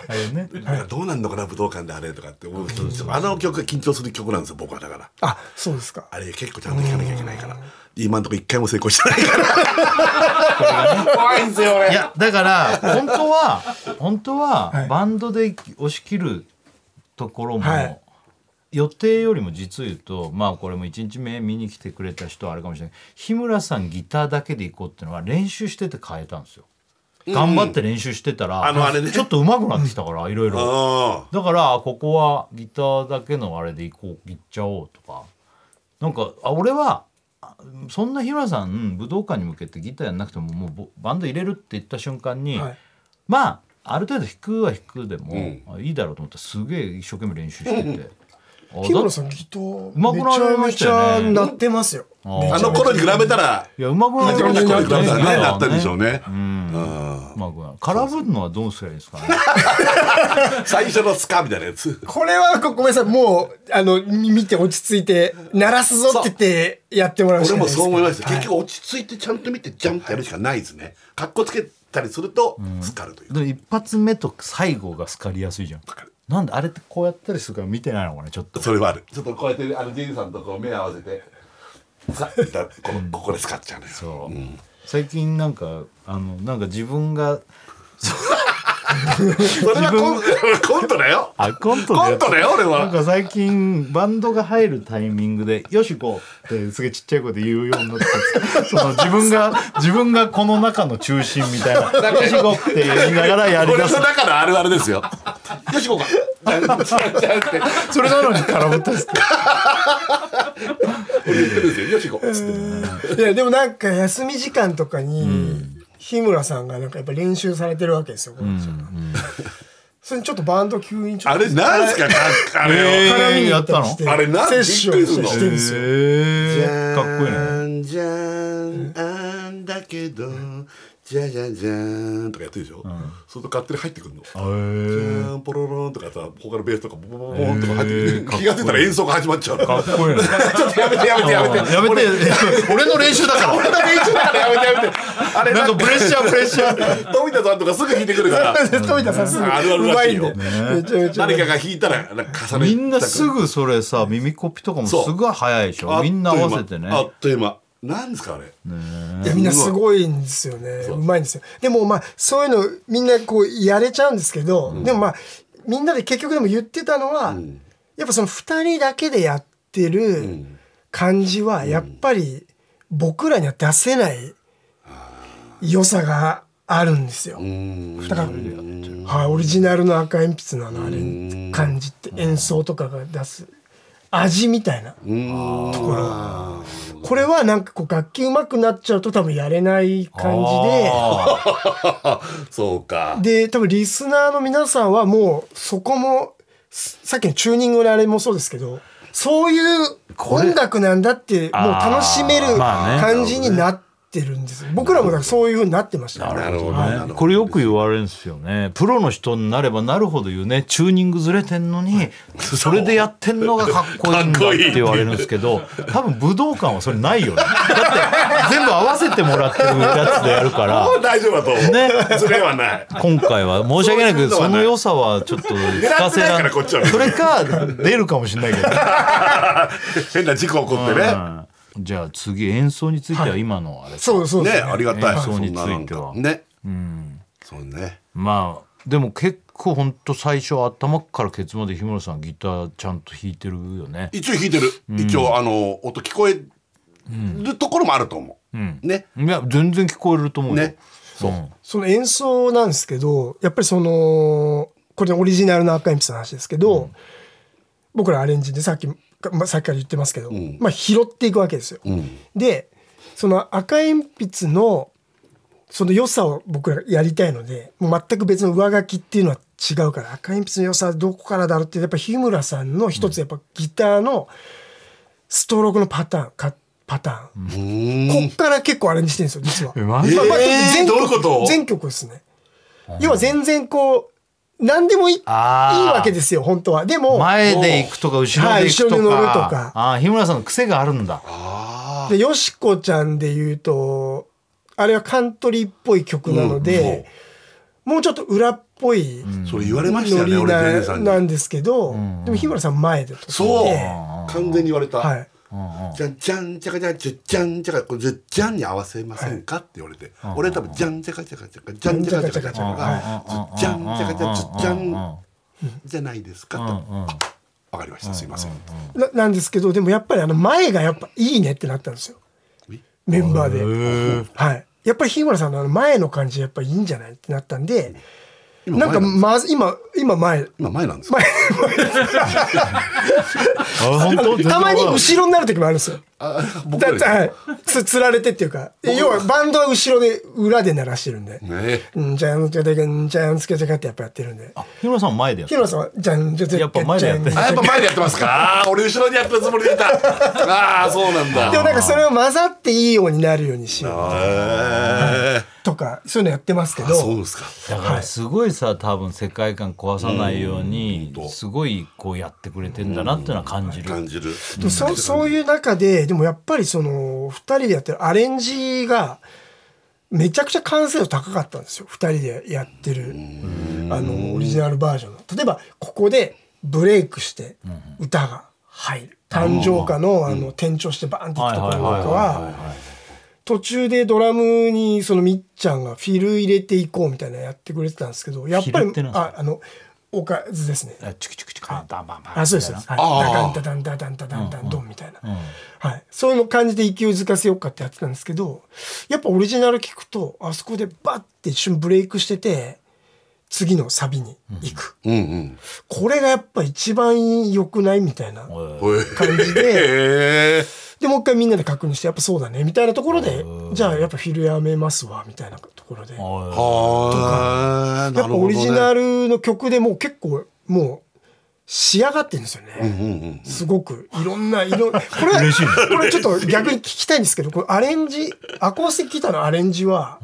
あれね。なんかどうなんのかな武道館であれとかって思う人ですよあの曲が緊張する曲なんですよ僕はだから あそうですかあれ結構ちゃんと聴かなきゃいけないから今んとこ一回も成功してない から怖いんですよいや だから本当は本当ははいバンドで押し切るところも、はい予定よりも実を言うとまあこれも1日目見に来てくれた人はあれかもしれない日村さんギターだけで行こうっていうのは練習してて変えたんですよ。頑張って練習してたら、あのあれねちょっと上手くなってきたからいろいろ。あだからここはギターだけのあれで行こう行っちゃおうとかなんかあ俺はあそんな日村さん武道館に向けてギターやんなくてももうボバンド入れるって言った瞬間に、はいまあある程度弾くは弾くでも、んあいいだろうと思ったらすげえ一生懸命練習してて。あ日村さだんきっとまくめなちりゃまめしたちよねゃなってますよあーめちああゃめちゃの頃に比べたらいやうまくなあのり頃まにし比たべたらねよねなったんでしょうねうまくなる空振るのはどうすればいいですかね最初のスカみたいなやつこれはごごめんなさいもうあのみ見て落ち着いて鳴らすぞって言ってやってもらうし俺もかないですそう思いました、はい結局落ち着いてちゃんと見てジャンってやるしかないですねかっこつけたりするとスカるという、でも一発目と最後が好かりやすいじゃんなんであれってこうやったりするから見てないのかねちょっとそれはあるちょっとこうやってあのジェリーさんとこう目合わせてさだこのここでスカっちゃうのよそう、最近なんかあのなんか自分がそれはコン コントだよあコントコントだよ俺なんはか最近バンドが入るタイミングで「よし行こう」ってすげえちっちゃい声で言うようになって その自分が自分がこの中の中心みたいな「よし行こう」って言いながらやり俺だのす中のあるあるですよよし行 こうかちゃうってそれなのに空振ったんですけど俺言ってるんですよよし行こうつっていやでもなんか休み時間とかに日村さんがなんかやっぱ練習されてるわけですよ、それにちょっとバンド急にちょっあとれなんすかかあえれをー絡みに行ったりやっしててあれなんセッションしたりしてるんです よへえかっこいいねねじゃんじゃんあんだけどじゃじゃんじゃんとかやってるでしょ、それと勝手に入ってくるのへじゃーんポロロンとかさ他のベースとかボボボボンとか入ってくる気が付いたら演奏が始まっちゃうのちょえかっこいいねっとやめてやめてやめてやめて俺の練習だから俺の練習だからやめてやめてあれなんかプレッシャープレッシャーー富田さんとかすぐ弾いてくる から富田さんすぐあるあるうらましいいんよでめちゃめちゃ誰かが弾いたらなんか重ねみんなすぐぐそれさ耳コピとかもすごい早いでしょみんな合わせてねあっという間なんですかあれいやみんなすごいんですよねうまいんですよでもまあそういうのみんなこうやれちゃうんですけど、でもまあみんなで結局でも言ってたのは、やっぱその2人だけでやってる感じはやっぱり僕らには出せない良さがあるんですよ。うんだから、はい、オリジナルの赤鉛筆のあのあれ感じって演奏とかが出す味みたいな。うんこれはなんかこう楽器上手くなっちゃうと多分やれない感あそうかじでで多分リスナーの皆さんはもうそこもすさっきのチューニングのあれもそうですけどそういう音楽なんだってもう楽しめるまあね感じになってるんです、僕らもだからそういうふうになってましたなるほどはいねーこれよく言われるんですよねプロの人になればなるほど言うねチューニングずれてんのにそれでやってんのがかっこいいんだかっっこいいて言われるんですけど多分武道館はそれないよねだって全部合わせてもらってるやつでやるからあ大丈夫だと思うねズレはない今回は申し訳ないけどそういうのはなそいの良さはちょっと聞狙かってせ ないかららこっちはそれか出るかもしれないけど変な事故起こって ねうんじゃあ次演奏については今のあれ、そうそうねですありがたい演そ奏んにつななんいてかはねそうねまあでも結構ほんと最初頭からケツまで日村さんギターちゃんと弾いてるよね一応弾いてる一応あの音聞こえるところもあると思うねいや全然聞こえると思うよ、ねそうその演奏なんですけどやっぱりそのこれオリジナルの赤鉛筆の話ですけど、僕らアレンジでさっき、まあ、さっきから言ってますけど、んまあ、拾っていくわけですよ。んでその赤鉛筆のその良さを僕らやりたいのでもう全く別の上書きっていうのは違うから赤鉛筆の良さどこからだろうってやっぱ日村さんの一つやっぱギターのストロークのパターンかパターン、こっから結構あれにしてるんですよ実 は。マジまあまあえー全どう曲いうこと全曲ですね。要は全然こう何でもいいいいあーわけですよ本当は。でも前で行くとか後ろで行くとか,、はい後ろに乗るとかああ日村さんの癖があるんだでよしこちゃんで言うとあれはカントリーっぽい曲なので、もうちょっと裏っぽいそれ言われましたよノね、リ俺、デネさなんなに。んですけど、でも日村さん前でとかそうで、完全に言われた。はい、じゃんじゃんじゃかじゃんじゃじゃんじゃかこれじゃじゃんに合わせませんかって言われて、俺は多分じゃんじゃかじゃかじゃかじゃんじゃかじゃかじゃかがじゃんじゃかじゃじゃんじゃないですかと、あわかりましたすいません、ななんですけどでもやっぱりあの前がやっぱいいねってなったんですよメンバーで、はい、やっぱり日村さんのあの前の感じやっぱいいんじゃないってなったんで、今なんか前まず今今前今前なんですか前あ本当たまに後ろになる時もあるんですよあ僕だらって、ねはい、つつられてっていうか要はバンドは後ろで裏で鳴らしてるんでね「うんじゃんじゃでんじゃんつけじゃか」ってやっぱやってるんで日村さんは前だよヒロさんは「じゃんじゃでやっぱ前でやってるあやっぱ前でやってます かあー俺後ろでやったつもりでいたああーそうなんでもだなんかそれを混ざっていいようになるようにしよへーうとかそういうのやってますけどそうですかだからすごいさ多分世界観壊さないようにうんすごいこうやってくれてんだなっていうのは感じる感じるでもそそういう中ででもやっぱりその2人でやってるアレンジがめちゃくちゃ完成度高かったんですよ2人でやってるあのオリジナルバージョンの例えばここでブレイクして歌が入る誕生歌のあの転調してバーンっていくところとかは途中でドラムにそのみっちゃんがフィル入れていこうみたいなのやってくれてたんですけどやっフィぱルりってなんですああのおかずですねあチクチクチクバンバンバンバンあそうですみたいはいああダダンダダンダダンダダンダンドンみたいな、はい、そういうの感じで勢いづかせようかってやってたんですけどやっぱオリジナル聞くとあそこでバッて一瞬ブレイクしてて次のサビに行く、うんうんこれがやっぱ一番良くないみたいなほい感じでへえでもう一回みんなで確認してやっぱそうだねみたいなところでじゃあやっぱフィルやめますわみたいなところで。はあやっぱオリジナルルの曲でもう結構もう仕上がってるんですよね、すごくいろんないろんこれこれちょっと逆に聞きたいんですけどこれアレンジアコースティックギターのアレンジは、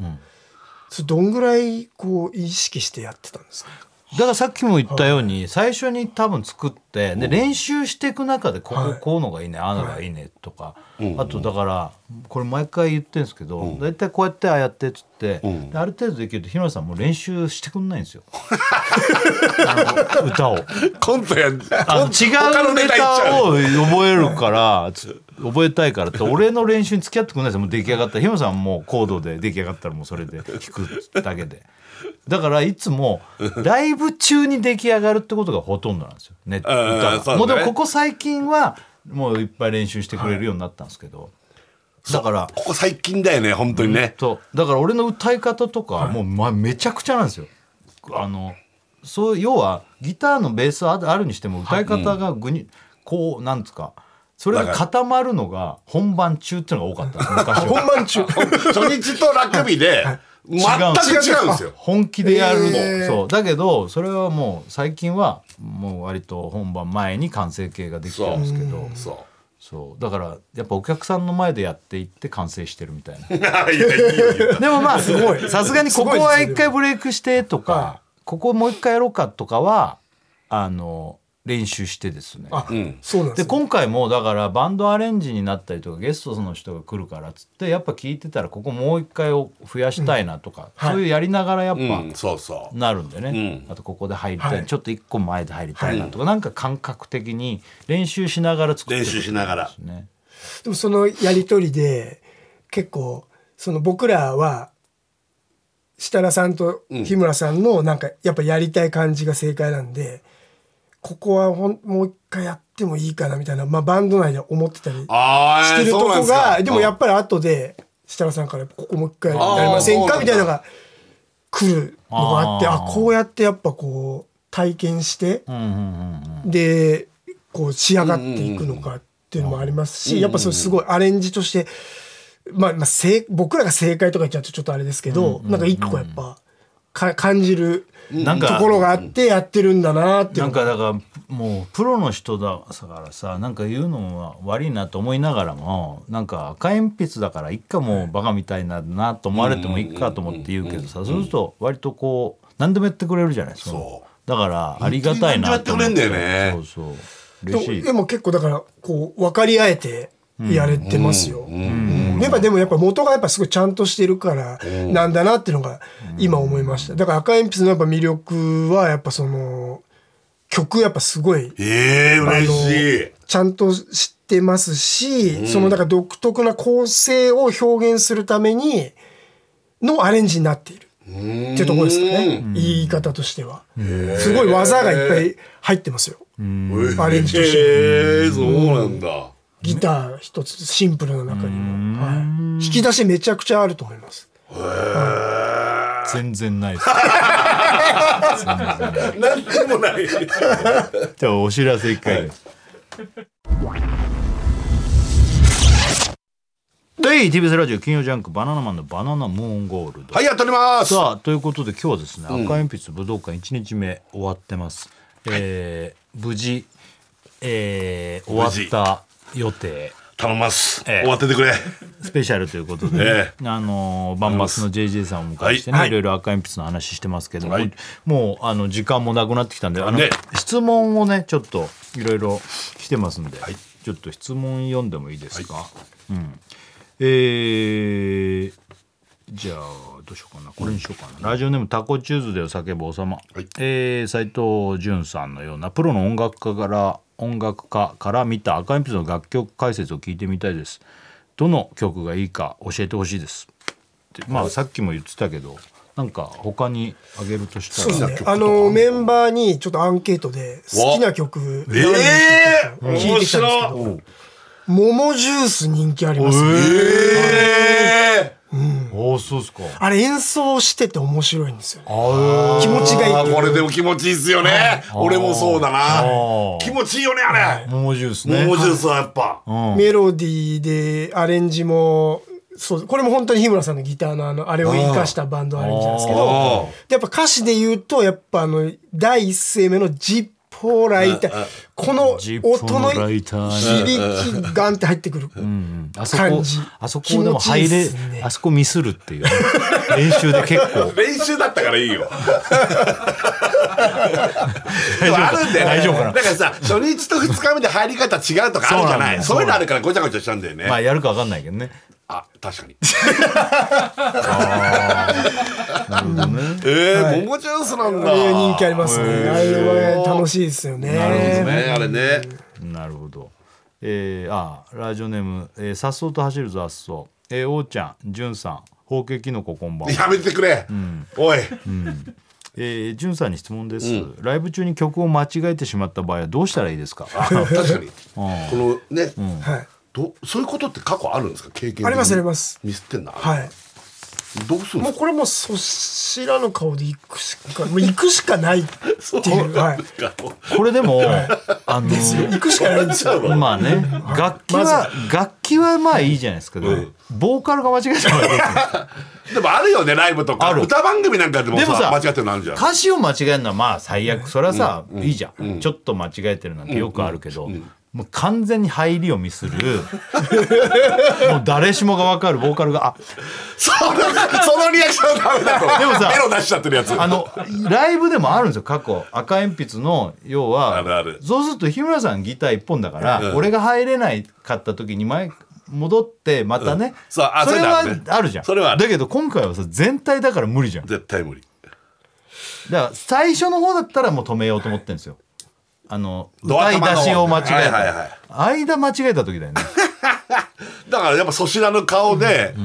それどんぐらいこう意識してやってたんですかだからさっきも言ったように最初に多分作ってで練習していく中でこはこいこうのがいいねああのがいいねとかあとだからこれ毎回言ってるんですけど大体こうやってああやってっつってである程度できると日村さんもう練習してくんないんです よあの歌を。コントやあの違うネタを覚えるからつ覚えたいからって俺の練習に付き合ってくれないですよもう出来上がったら日村さんはもうコードで出来上がったらもうそれで弾くだけでだからいつもライブ中に出来上がるってことがほとんどなんですよね歌んがそうだねもうでもここ最近はもういっぱい練習してくれるようになったんですけど、だからここ最近だよね本当にねそうだから俺の歌い方とかもう、まめちゃくちゃなんですよあのそう要はギターのベースはああるにしても歌い方がぐに、こうなんですかそれが固まるのが本番中っていうのが多かった昔は本 番中初日とラグビーで全く違うんですよ本気でやるの、へーそうだけどそれはもう最近はもう割と本番前に完成形ができてるんですけどそそうだからやっぱお客さんの前でやっていって完成してるみたいなう いやいやいやいやでもま あごいさすがにここすごいはですよ一回ブレイクしてとはかここもう一回やろうかとかはあの練習してですねあ、そうなんでですね今回もだからバンドアレンジになったりとかゲストの人が来るからっつってやっぱ聞いてたらここもう一回を増やしたいなとか、はいそういうやりながらやっぱ、うんそうそうなるんでね、うんあとここで入りたい、はいちょっと一個前で入りたいなとか、なんか感覚的に練習しながら作って練るん習でしながらすね。でもそのやり取りで結構その僕らは設楽さんと日村さんのなんかやっぱやりたい感じが正解なんで、ここはほんもう一回やってもいいかなみたいな、まあ、バンド内で思ってたりしああてるとこがでもやっぱぱり後で設楽さんから「ここもう一回やりませんあーそうなんだか?」みたいなのが来るのがあってああこうやってやっぱこう体験して。うんうんうんうんでこう仕上がっていくのかっていうのもありますし、やっぱそれすごいアレンジとして、まあまあ、正僕らが正解とか言っちゃうとちょっとあれですけど、なんか一個やっぱか感じるなんかところがあってやってるんだなっていうなんのかだからもうプロの人だからさなんか言うのは悪いなと思いながらもなんか赤鉛筆だからいっかもうバカみたいななと思われてもいいかと思って言うけどさそうすると割とこう何でもやってくれるじゃないですかそだからありがたいなと思本当に何でもやってくれんだよねそうそう嬉しでいでも結構だからこう分かり合えてやれてますよ。うんやっぱでもやっぱ元がやっぱすごいちゃんとしてるからなんだなっていうのが今思いました。だから赤鉛筆のやっぱ魅力はやっぱその曲やっぱすごいええ嬉しいちゃんと知ってますし、そのだから独特な構成を表現するためにのアレンジになっているっていうところですかね言い方としてはすごい技がいっぱい入ってますよアレンジとしてええそうなんだギター一つシンプルな中にも、はい引き出しめちゃくちゃあると思います全然ないですなんでもないじゃあお知らせ一回です。はい、TBS ラジオ金曜ジャンク「バナナマンのバナナムーンゴールド」はいやっておりますさあということで今日はですね、赤鉛筆武道館1日目終わってます、えー無事、えー無終事わった予定頼みます、ええ終わっててくれスペシャルということで、えあのーバンバスの JJ さんをお迎えしてね、、はいろいろ赤鉛筆の話してますけども、はいもうあの時間もなくなってきたんであの、ね質問をねちょっといろいろ来てますんで、ちょっと質問読んでもいいですか、うん、えーじゃあどうしようかなこれにしようかな、ラジオネーム「タコチューズで叫ぶ王様」はいえー、斉藤淳さんのようなプロの音楽家から音楽家から見た赤鉛筆の楽曲解説を聞いてみたいですどの曲がいいか教えてほしいですでまあさっきも言ってたけどなんか他にあげるとしたそうらで好きな曲すねとかああるののメンバーにちょっとアンケートで好きな曲ええ聞いてきたんですけど面白い桃ジュース人気ありますね、ええおおそうですかあれ演奏してて面白いんですよねあ気持ちがいいあこれでも気持ちいいっすよね俺もそうだなー気持ちいいよねあれ桃ジュースね桃ジュースはやっぱメロディーでアレンジもそうこれも本当に日村さんのギターのあのあれを生かしたバンドアレンジなんですけどあーでやっぱ歌詞で言うとやっぱあの第一声目の「ジッポーライター」このジッポ音ののラ響イターにきガンって入ってくるうんあそ感こじあそこでも入れ、気持ちいいっすねあそこミスるっていうね練習で結構練習だったからいいよでもあるんだよね大丈夫かなだからさ初日と二日目で入り方違うとかあるじゃないそそうういなんだようのあるからごちゃごちゃしちゃうんだよね、まあやるかわかんないけどねあ確 かになるほどねええ桃ジュースなんだあれ人気ありますねあれは楽しいですよねなるほどねあれねなるほど。えー、あラジオネーム、えー、さっそうと走るぞ、あっそう。えー、おうちゃん、じゅんさん、ほうけいきのここんばんは。やめてくれ、おいえー、じゅんさんに質問です、ライブ中に曲を間違えてしまった場合はどうしたらいいですか。 確かにこのね、はいどそういうことって過去あるんですか経験的にありますありますミスってんだ、はいどうするんで もうすこれもうそしらぬ顔で行くしかもう行くしかないっていうはいかここれでも、あのー行くしかないんですよまあね、楽器は、楽器はまあいいじゃないですか、ボーカルが間違えちゃうわけですよ。うでもあるよねライブとあかる歌番組なんかでもさでもさ間違ってるのあるじゃん歌詞を間違えるのはまあ最悪それはさ、いいじゃん、ちょっと間違えてるなんてよくあるけど、もう完全に入りをミスるもう誰しもが分かるボーカルがそのそのリアクションダメだとでもさベロ出しちゃってるやつああのライブでもあるんですよ過去赤鉛筆の要はあるあるそうすると日村さんギター一本だから、俺が入れないかった時に前戻ってまたね、そうあそれそういうはのあるねあるじゃんそれはあるだけど今回はさ全体だから無理じゃん絶対無理だから最初の方だったらもう止めようと思ってるんですよ。あのドア歌い玉の出しを間違えた、はいはいはい間間違えた時だよね。だからやっぱ粗品の顔で、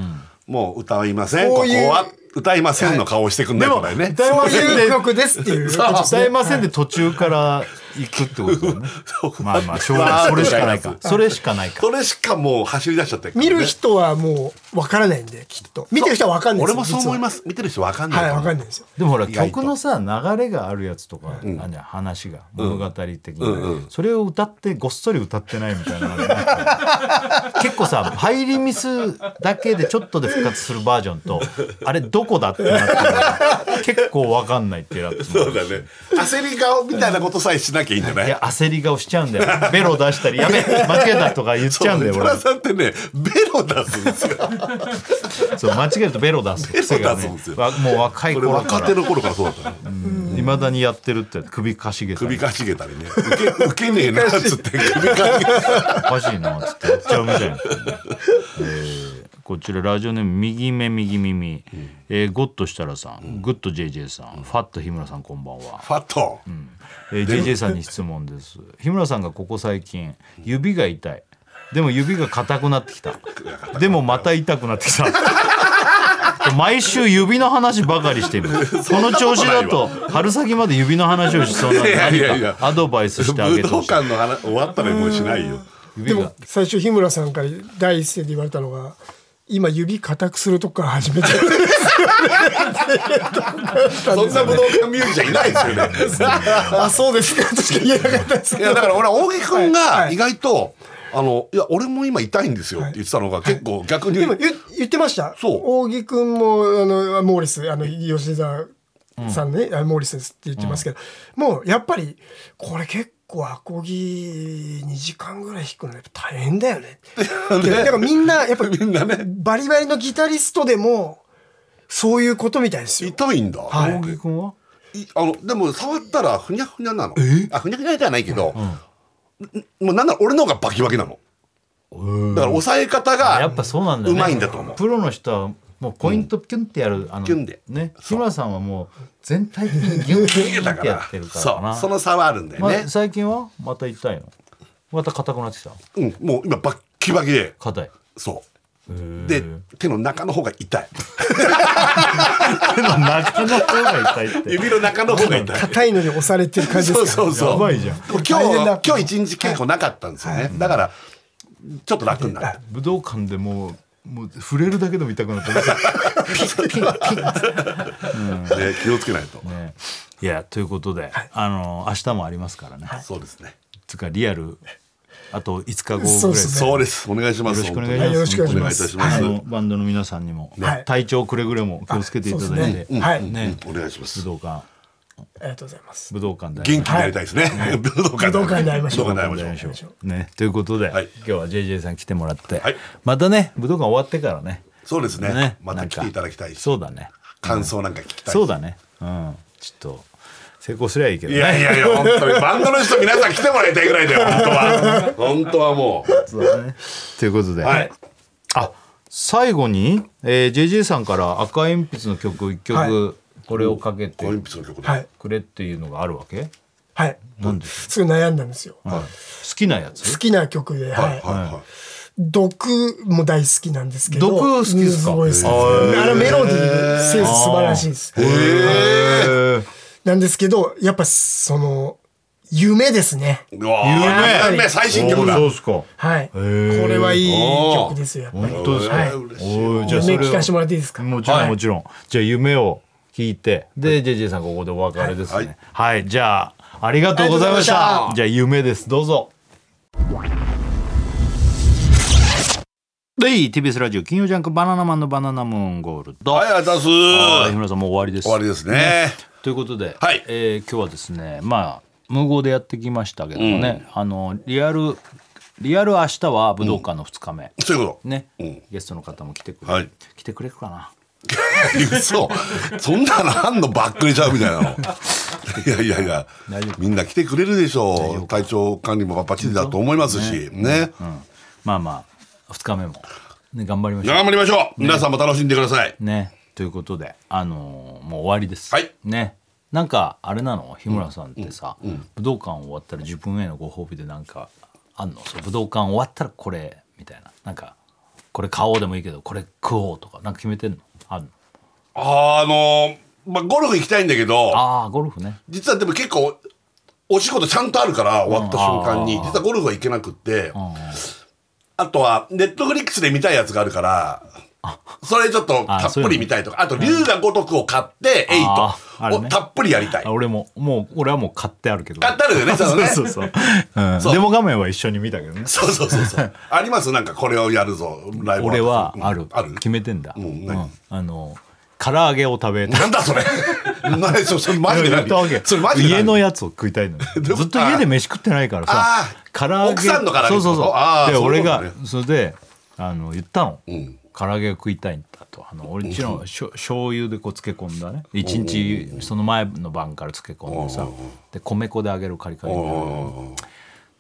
もう歌いませんこういこうこは歌いませんの顔をしてくんないからね歌いこまうせんいうで曲ですっていう歌えませんで途中から行くってことだよねそうまあまあしょうがないそれしかないかそれしかないかそれしかもう走り出しちゃってるから見ねる人はもうわからないんできっと見てる人はわかんないです俺もそう思います見てる人わかん実ないははいわかいんないですよでもほら意外と曲のさ流れがあるやつとか、あんじゃん話が物語的に、うんうんそれを歌ってごっそり歌ってないみたいなのがなんか結構さ入りミスだけでちょっとで復活するバージョンとあれどこだってなってる結構わかんないってなってもそうだね焦り顔みたいなことさえしなきゃいいんじゃないいや焦り顔しちゃうんだよベロ出したり「やべえ間違えた」とか言っちゃうんだよそうね俺多田さんってねベロ出すんですよそう間違えるとベロ出す癖がベねロ出すんですよわもう若いこれ頃か若手らの頃からそうだったねいまだにやってるって首かしげたり首かしげたりね受け受けねえなっつって首かしげおかしいなっつってやっちゃうみたいな、えーこちらラジオネーム右目右耳、えーゴッド設楽さん、グッド JJ さん、ファット日村さんこんばんは、ファットえー JJ さんに質問です日村さんがここ最近指が痛いでも指が硬くなってきたでもまた痛くなってきた毎週指の話ばかりしているこ の調子だと春先まで指の話をしそうなのでいやいやいや何かアドバイスしてあ武げて道ほしい館の話終わったらもうしないよ指でがも最初日村さんから第一声で言われたのが今指固くするとこから始めてるそんな武道館ミュージシャンいないですよねあそうですかとしか言えなかったですいけどやだから俺は大木君はいがはい意外とあのいや俺も今痛いんですよって言ってたのが結構逆にでも言言ってましたそう扇木君もあのモーリスあの吉沢さんね、あモーリスですって言ってますけど、もうやっぱりこれ結構アコギ2時間ぐらい弾くのやっぱ大変だよね。でだからみんなやっぱりみんなねバリバリのギタリストでもそういうことみたいですよ。痛いんだ、はい大木君はいあのでも触ったらふにゃふにゃなのあふにゃふにゃではないけど、んもうなんなら俺の方がバキバキなのだから抑え方がやっぱそうなんだよねうまいんだと思うプロの人はもうポイントキュンってやる、あのキュンでねそ日う村さんはもう全体的にギュンギュンギュンだっかてやらってるからそなうその差はあるんだよまね、最近はまた痛いのまた硬くなってきたうん、もう今バッキバキで 硬いそうで手の中の方が痛い手の中の方が痛いって指の中の方が痛い硬いのに押されてる感じですそかうそら。うそうやばいじゃんでも今大変だ日今日一日稽古なかったんですよね、だからちょっと楽になった武道館でもうもう触れるだけでも痛くなって ますね、気をつけないと、ねいやということで、あの明日もありますからね、そうですねつうかリアルあと5日後ぐらいそうっすねそうですお願いしますよろしくお本当に願いします。はいよろしくお願いいたします本当にあのバンドの皆さんにも、はい体調くれぐれも気をつけていただいそうでて、すねはい、ねうんお願いします武道館ありがとうございます。武道館で元気になりたいですね、武道館武道館で会いましょう武道館で会いましょうねということで、はい今日は JJ さん来てもらって、はいまたね武道館終わってからねそうですねねまた来ていただきたいしそうだね感想なんか聞きたいそうだねうんちょっと成功すりゃいいけどいやいやいや本当にバンドの人皆さん来てもらいたいぐらいだよ本当は本当はもそうだねということで、うはいあ最後に、えー、JJ さんから赤鉛筆の曲一曲、はこれをかけてオリンピックの曲で、はいくれっていうのがあるわけ、はい。なんですごい悩んだんですよ。好きなやつ好きな曲はいで、ははいい。は毒も大好きなんですけど。毒好きですかごい好きですあのメロディー、センス素晴らしいです。なんですけど、やっぱその、夢ですね。い、うわ有ー名有名最新曲だそうですかはい。こーれはいい曲ですよ、やっぱり。本当ですか、はい嬉しいおいじゃあそ夢れを聞かせてもらっていいですかもちろんはいもちろん、じゃあ夢を聞いてで、JJ さんここでお別れですねはい、じゃあありがとうございましありがとうございましたじゃあ夢ですどうぞはい TBS ラジオ金曜ジャンク「バナナマンのバナナムーンゴールド」はいありがとうござはいいま日す村さんもう終わりです終わりですねということで、はいえー今日はですねまあ無謀でやってきましたけどもね、あのリアルリアル明日は武道館の2日目、そういうことね、うんゲストの方も来てくれ、はい来てくれるかな嘘そんなのあんのばっくれちゃうみたいな のいやいやいや大丈夫みんな来てくれるでしょう体調管理もバッチリだと思いますしねまあまあ2日目も、ね、頑張りましょ頑張りましょう、皆さんも楽しんでくださいうねということであのーもう終わりです、はいねなんかあれなの日村さんってさ、武道館終わったら自分へのご褒美でなんかあんのそう武道館終わったらこれみたいななんかこれ買おうでもいいけどこれ食おうとかなんか決めてんのあんのあのまあ、ゴルフ行きたいんだけどああゴルフね実はでも結構お仕事ちゃんとあるから終わった瞬間に実はゴルフは行けなくってあとはネットフリックスで見たいやつがあるからそれちょっとたっぷり見たいとかあと龍が如くを買ってあーあ8れをねたっぷりやりたいあ俺ももう俺はもう買ってあるけど買ってあるよね そそうそううそそう、うん、そうデモ画面は一緒に見たけどねそうそうそう そうありますなんかこれをやるぞライブ俺はうんあるある決めてんだ、うんうん何あの唐揚げを食 べたいなんだそ れなそそれマジでいや 言ったわ何けそれマジで何家のやつを食いたいのよ どういうことずっと家で飯食ってないからさあ唐揚げ奥さんの唐揚げそうそうそうあーでそうい俺うことねがそれであの言ったの、ん唐揚げを食いたいんだとあの俺んちのしょ醤油でこう漬け込んだね一日その前の晩から漬け込んでさで米粉で揚げるカリカリうん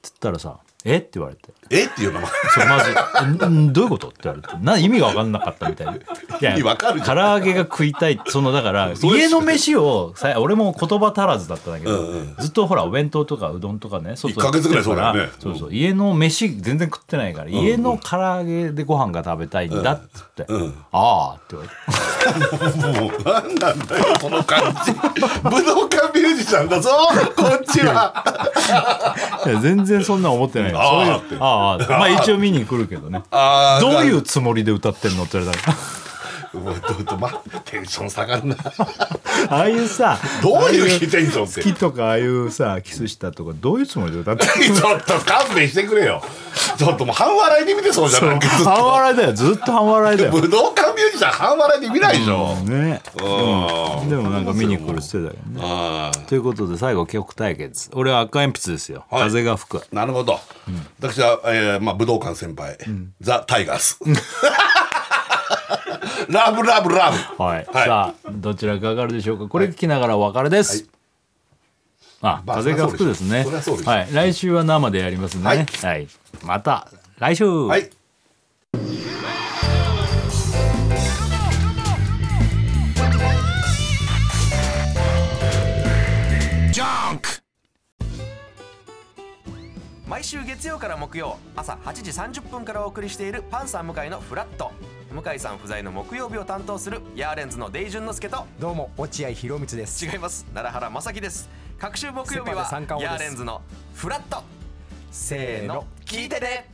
つったらさ「えっ?」て言われてえっていう名前そうまず んん「どういうこと?」って言われてな意味が分かんなかったみたいないや意味わかるじゃ唐ん揚げが食いたいそのだから そうです家の飯をさ俺も言葉足らずだったんだけど、うんうんずっとほらお弁当とかうどんとかね外一ヶ月ぐらいそうだよねからそうそう家の飯全然食ってないから、家の唐揚げでご飯が食べたいんだっつって「うんああ」って言われてもう何なんだ よこの感じ武道館ミュージシャンだぞこっちはいや全然そんなん思ってないよそういうああってああまあ一応見に来るけどね あどういううつもりで歌ってんのって言われたら もうどどまテンション下がるなああいうさどういうああ日テンションって好きとかああいうさキスしたとかどういうつもりで歌ってるちょっと勘弁してくれよちょっともう半笑いで見てそうじゃ ないずっと半笑いだよずっと半笑いだよ、武道館ミュージシャン半笑いで見ないでしょ、ね、うんでもなんか見に来るっつってたけどねああということで最後曲対決俺は赤鉛筆ですよ、はい風が吹くなるほど、私は、えーまあ、武道館先輩、ザ・タイガース ラブラブラブはい、はいさあどちらか上がるでしょうかこれ聞きながらお別れです、あまあ風が吹くですねそりゃそうでしょはい来週は生でやりますね、ははいいまた来週はい毎週月曜から木曜朝8時30分からお送りしているパンサー向井のフラット向井さん不在の木曜日を担当するヤーレンズのデイジュンの之介とどうも落合博満です。違います奈良原正樹です各週木曜日セパはで三冠王ヤでーすレンズのフラットせせーーのの。聞いてて、ね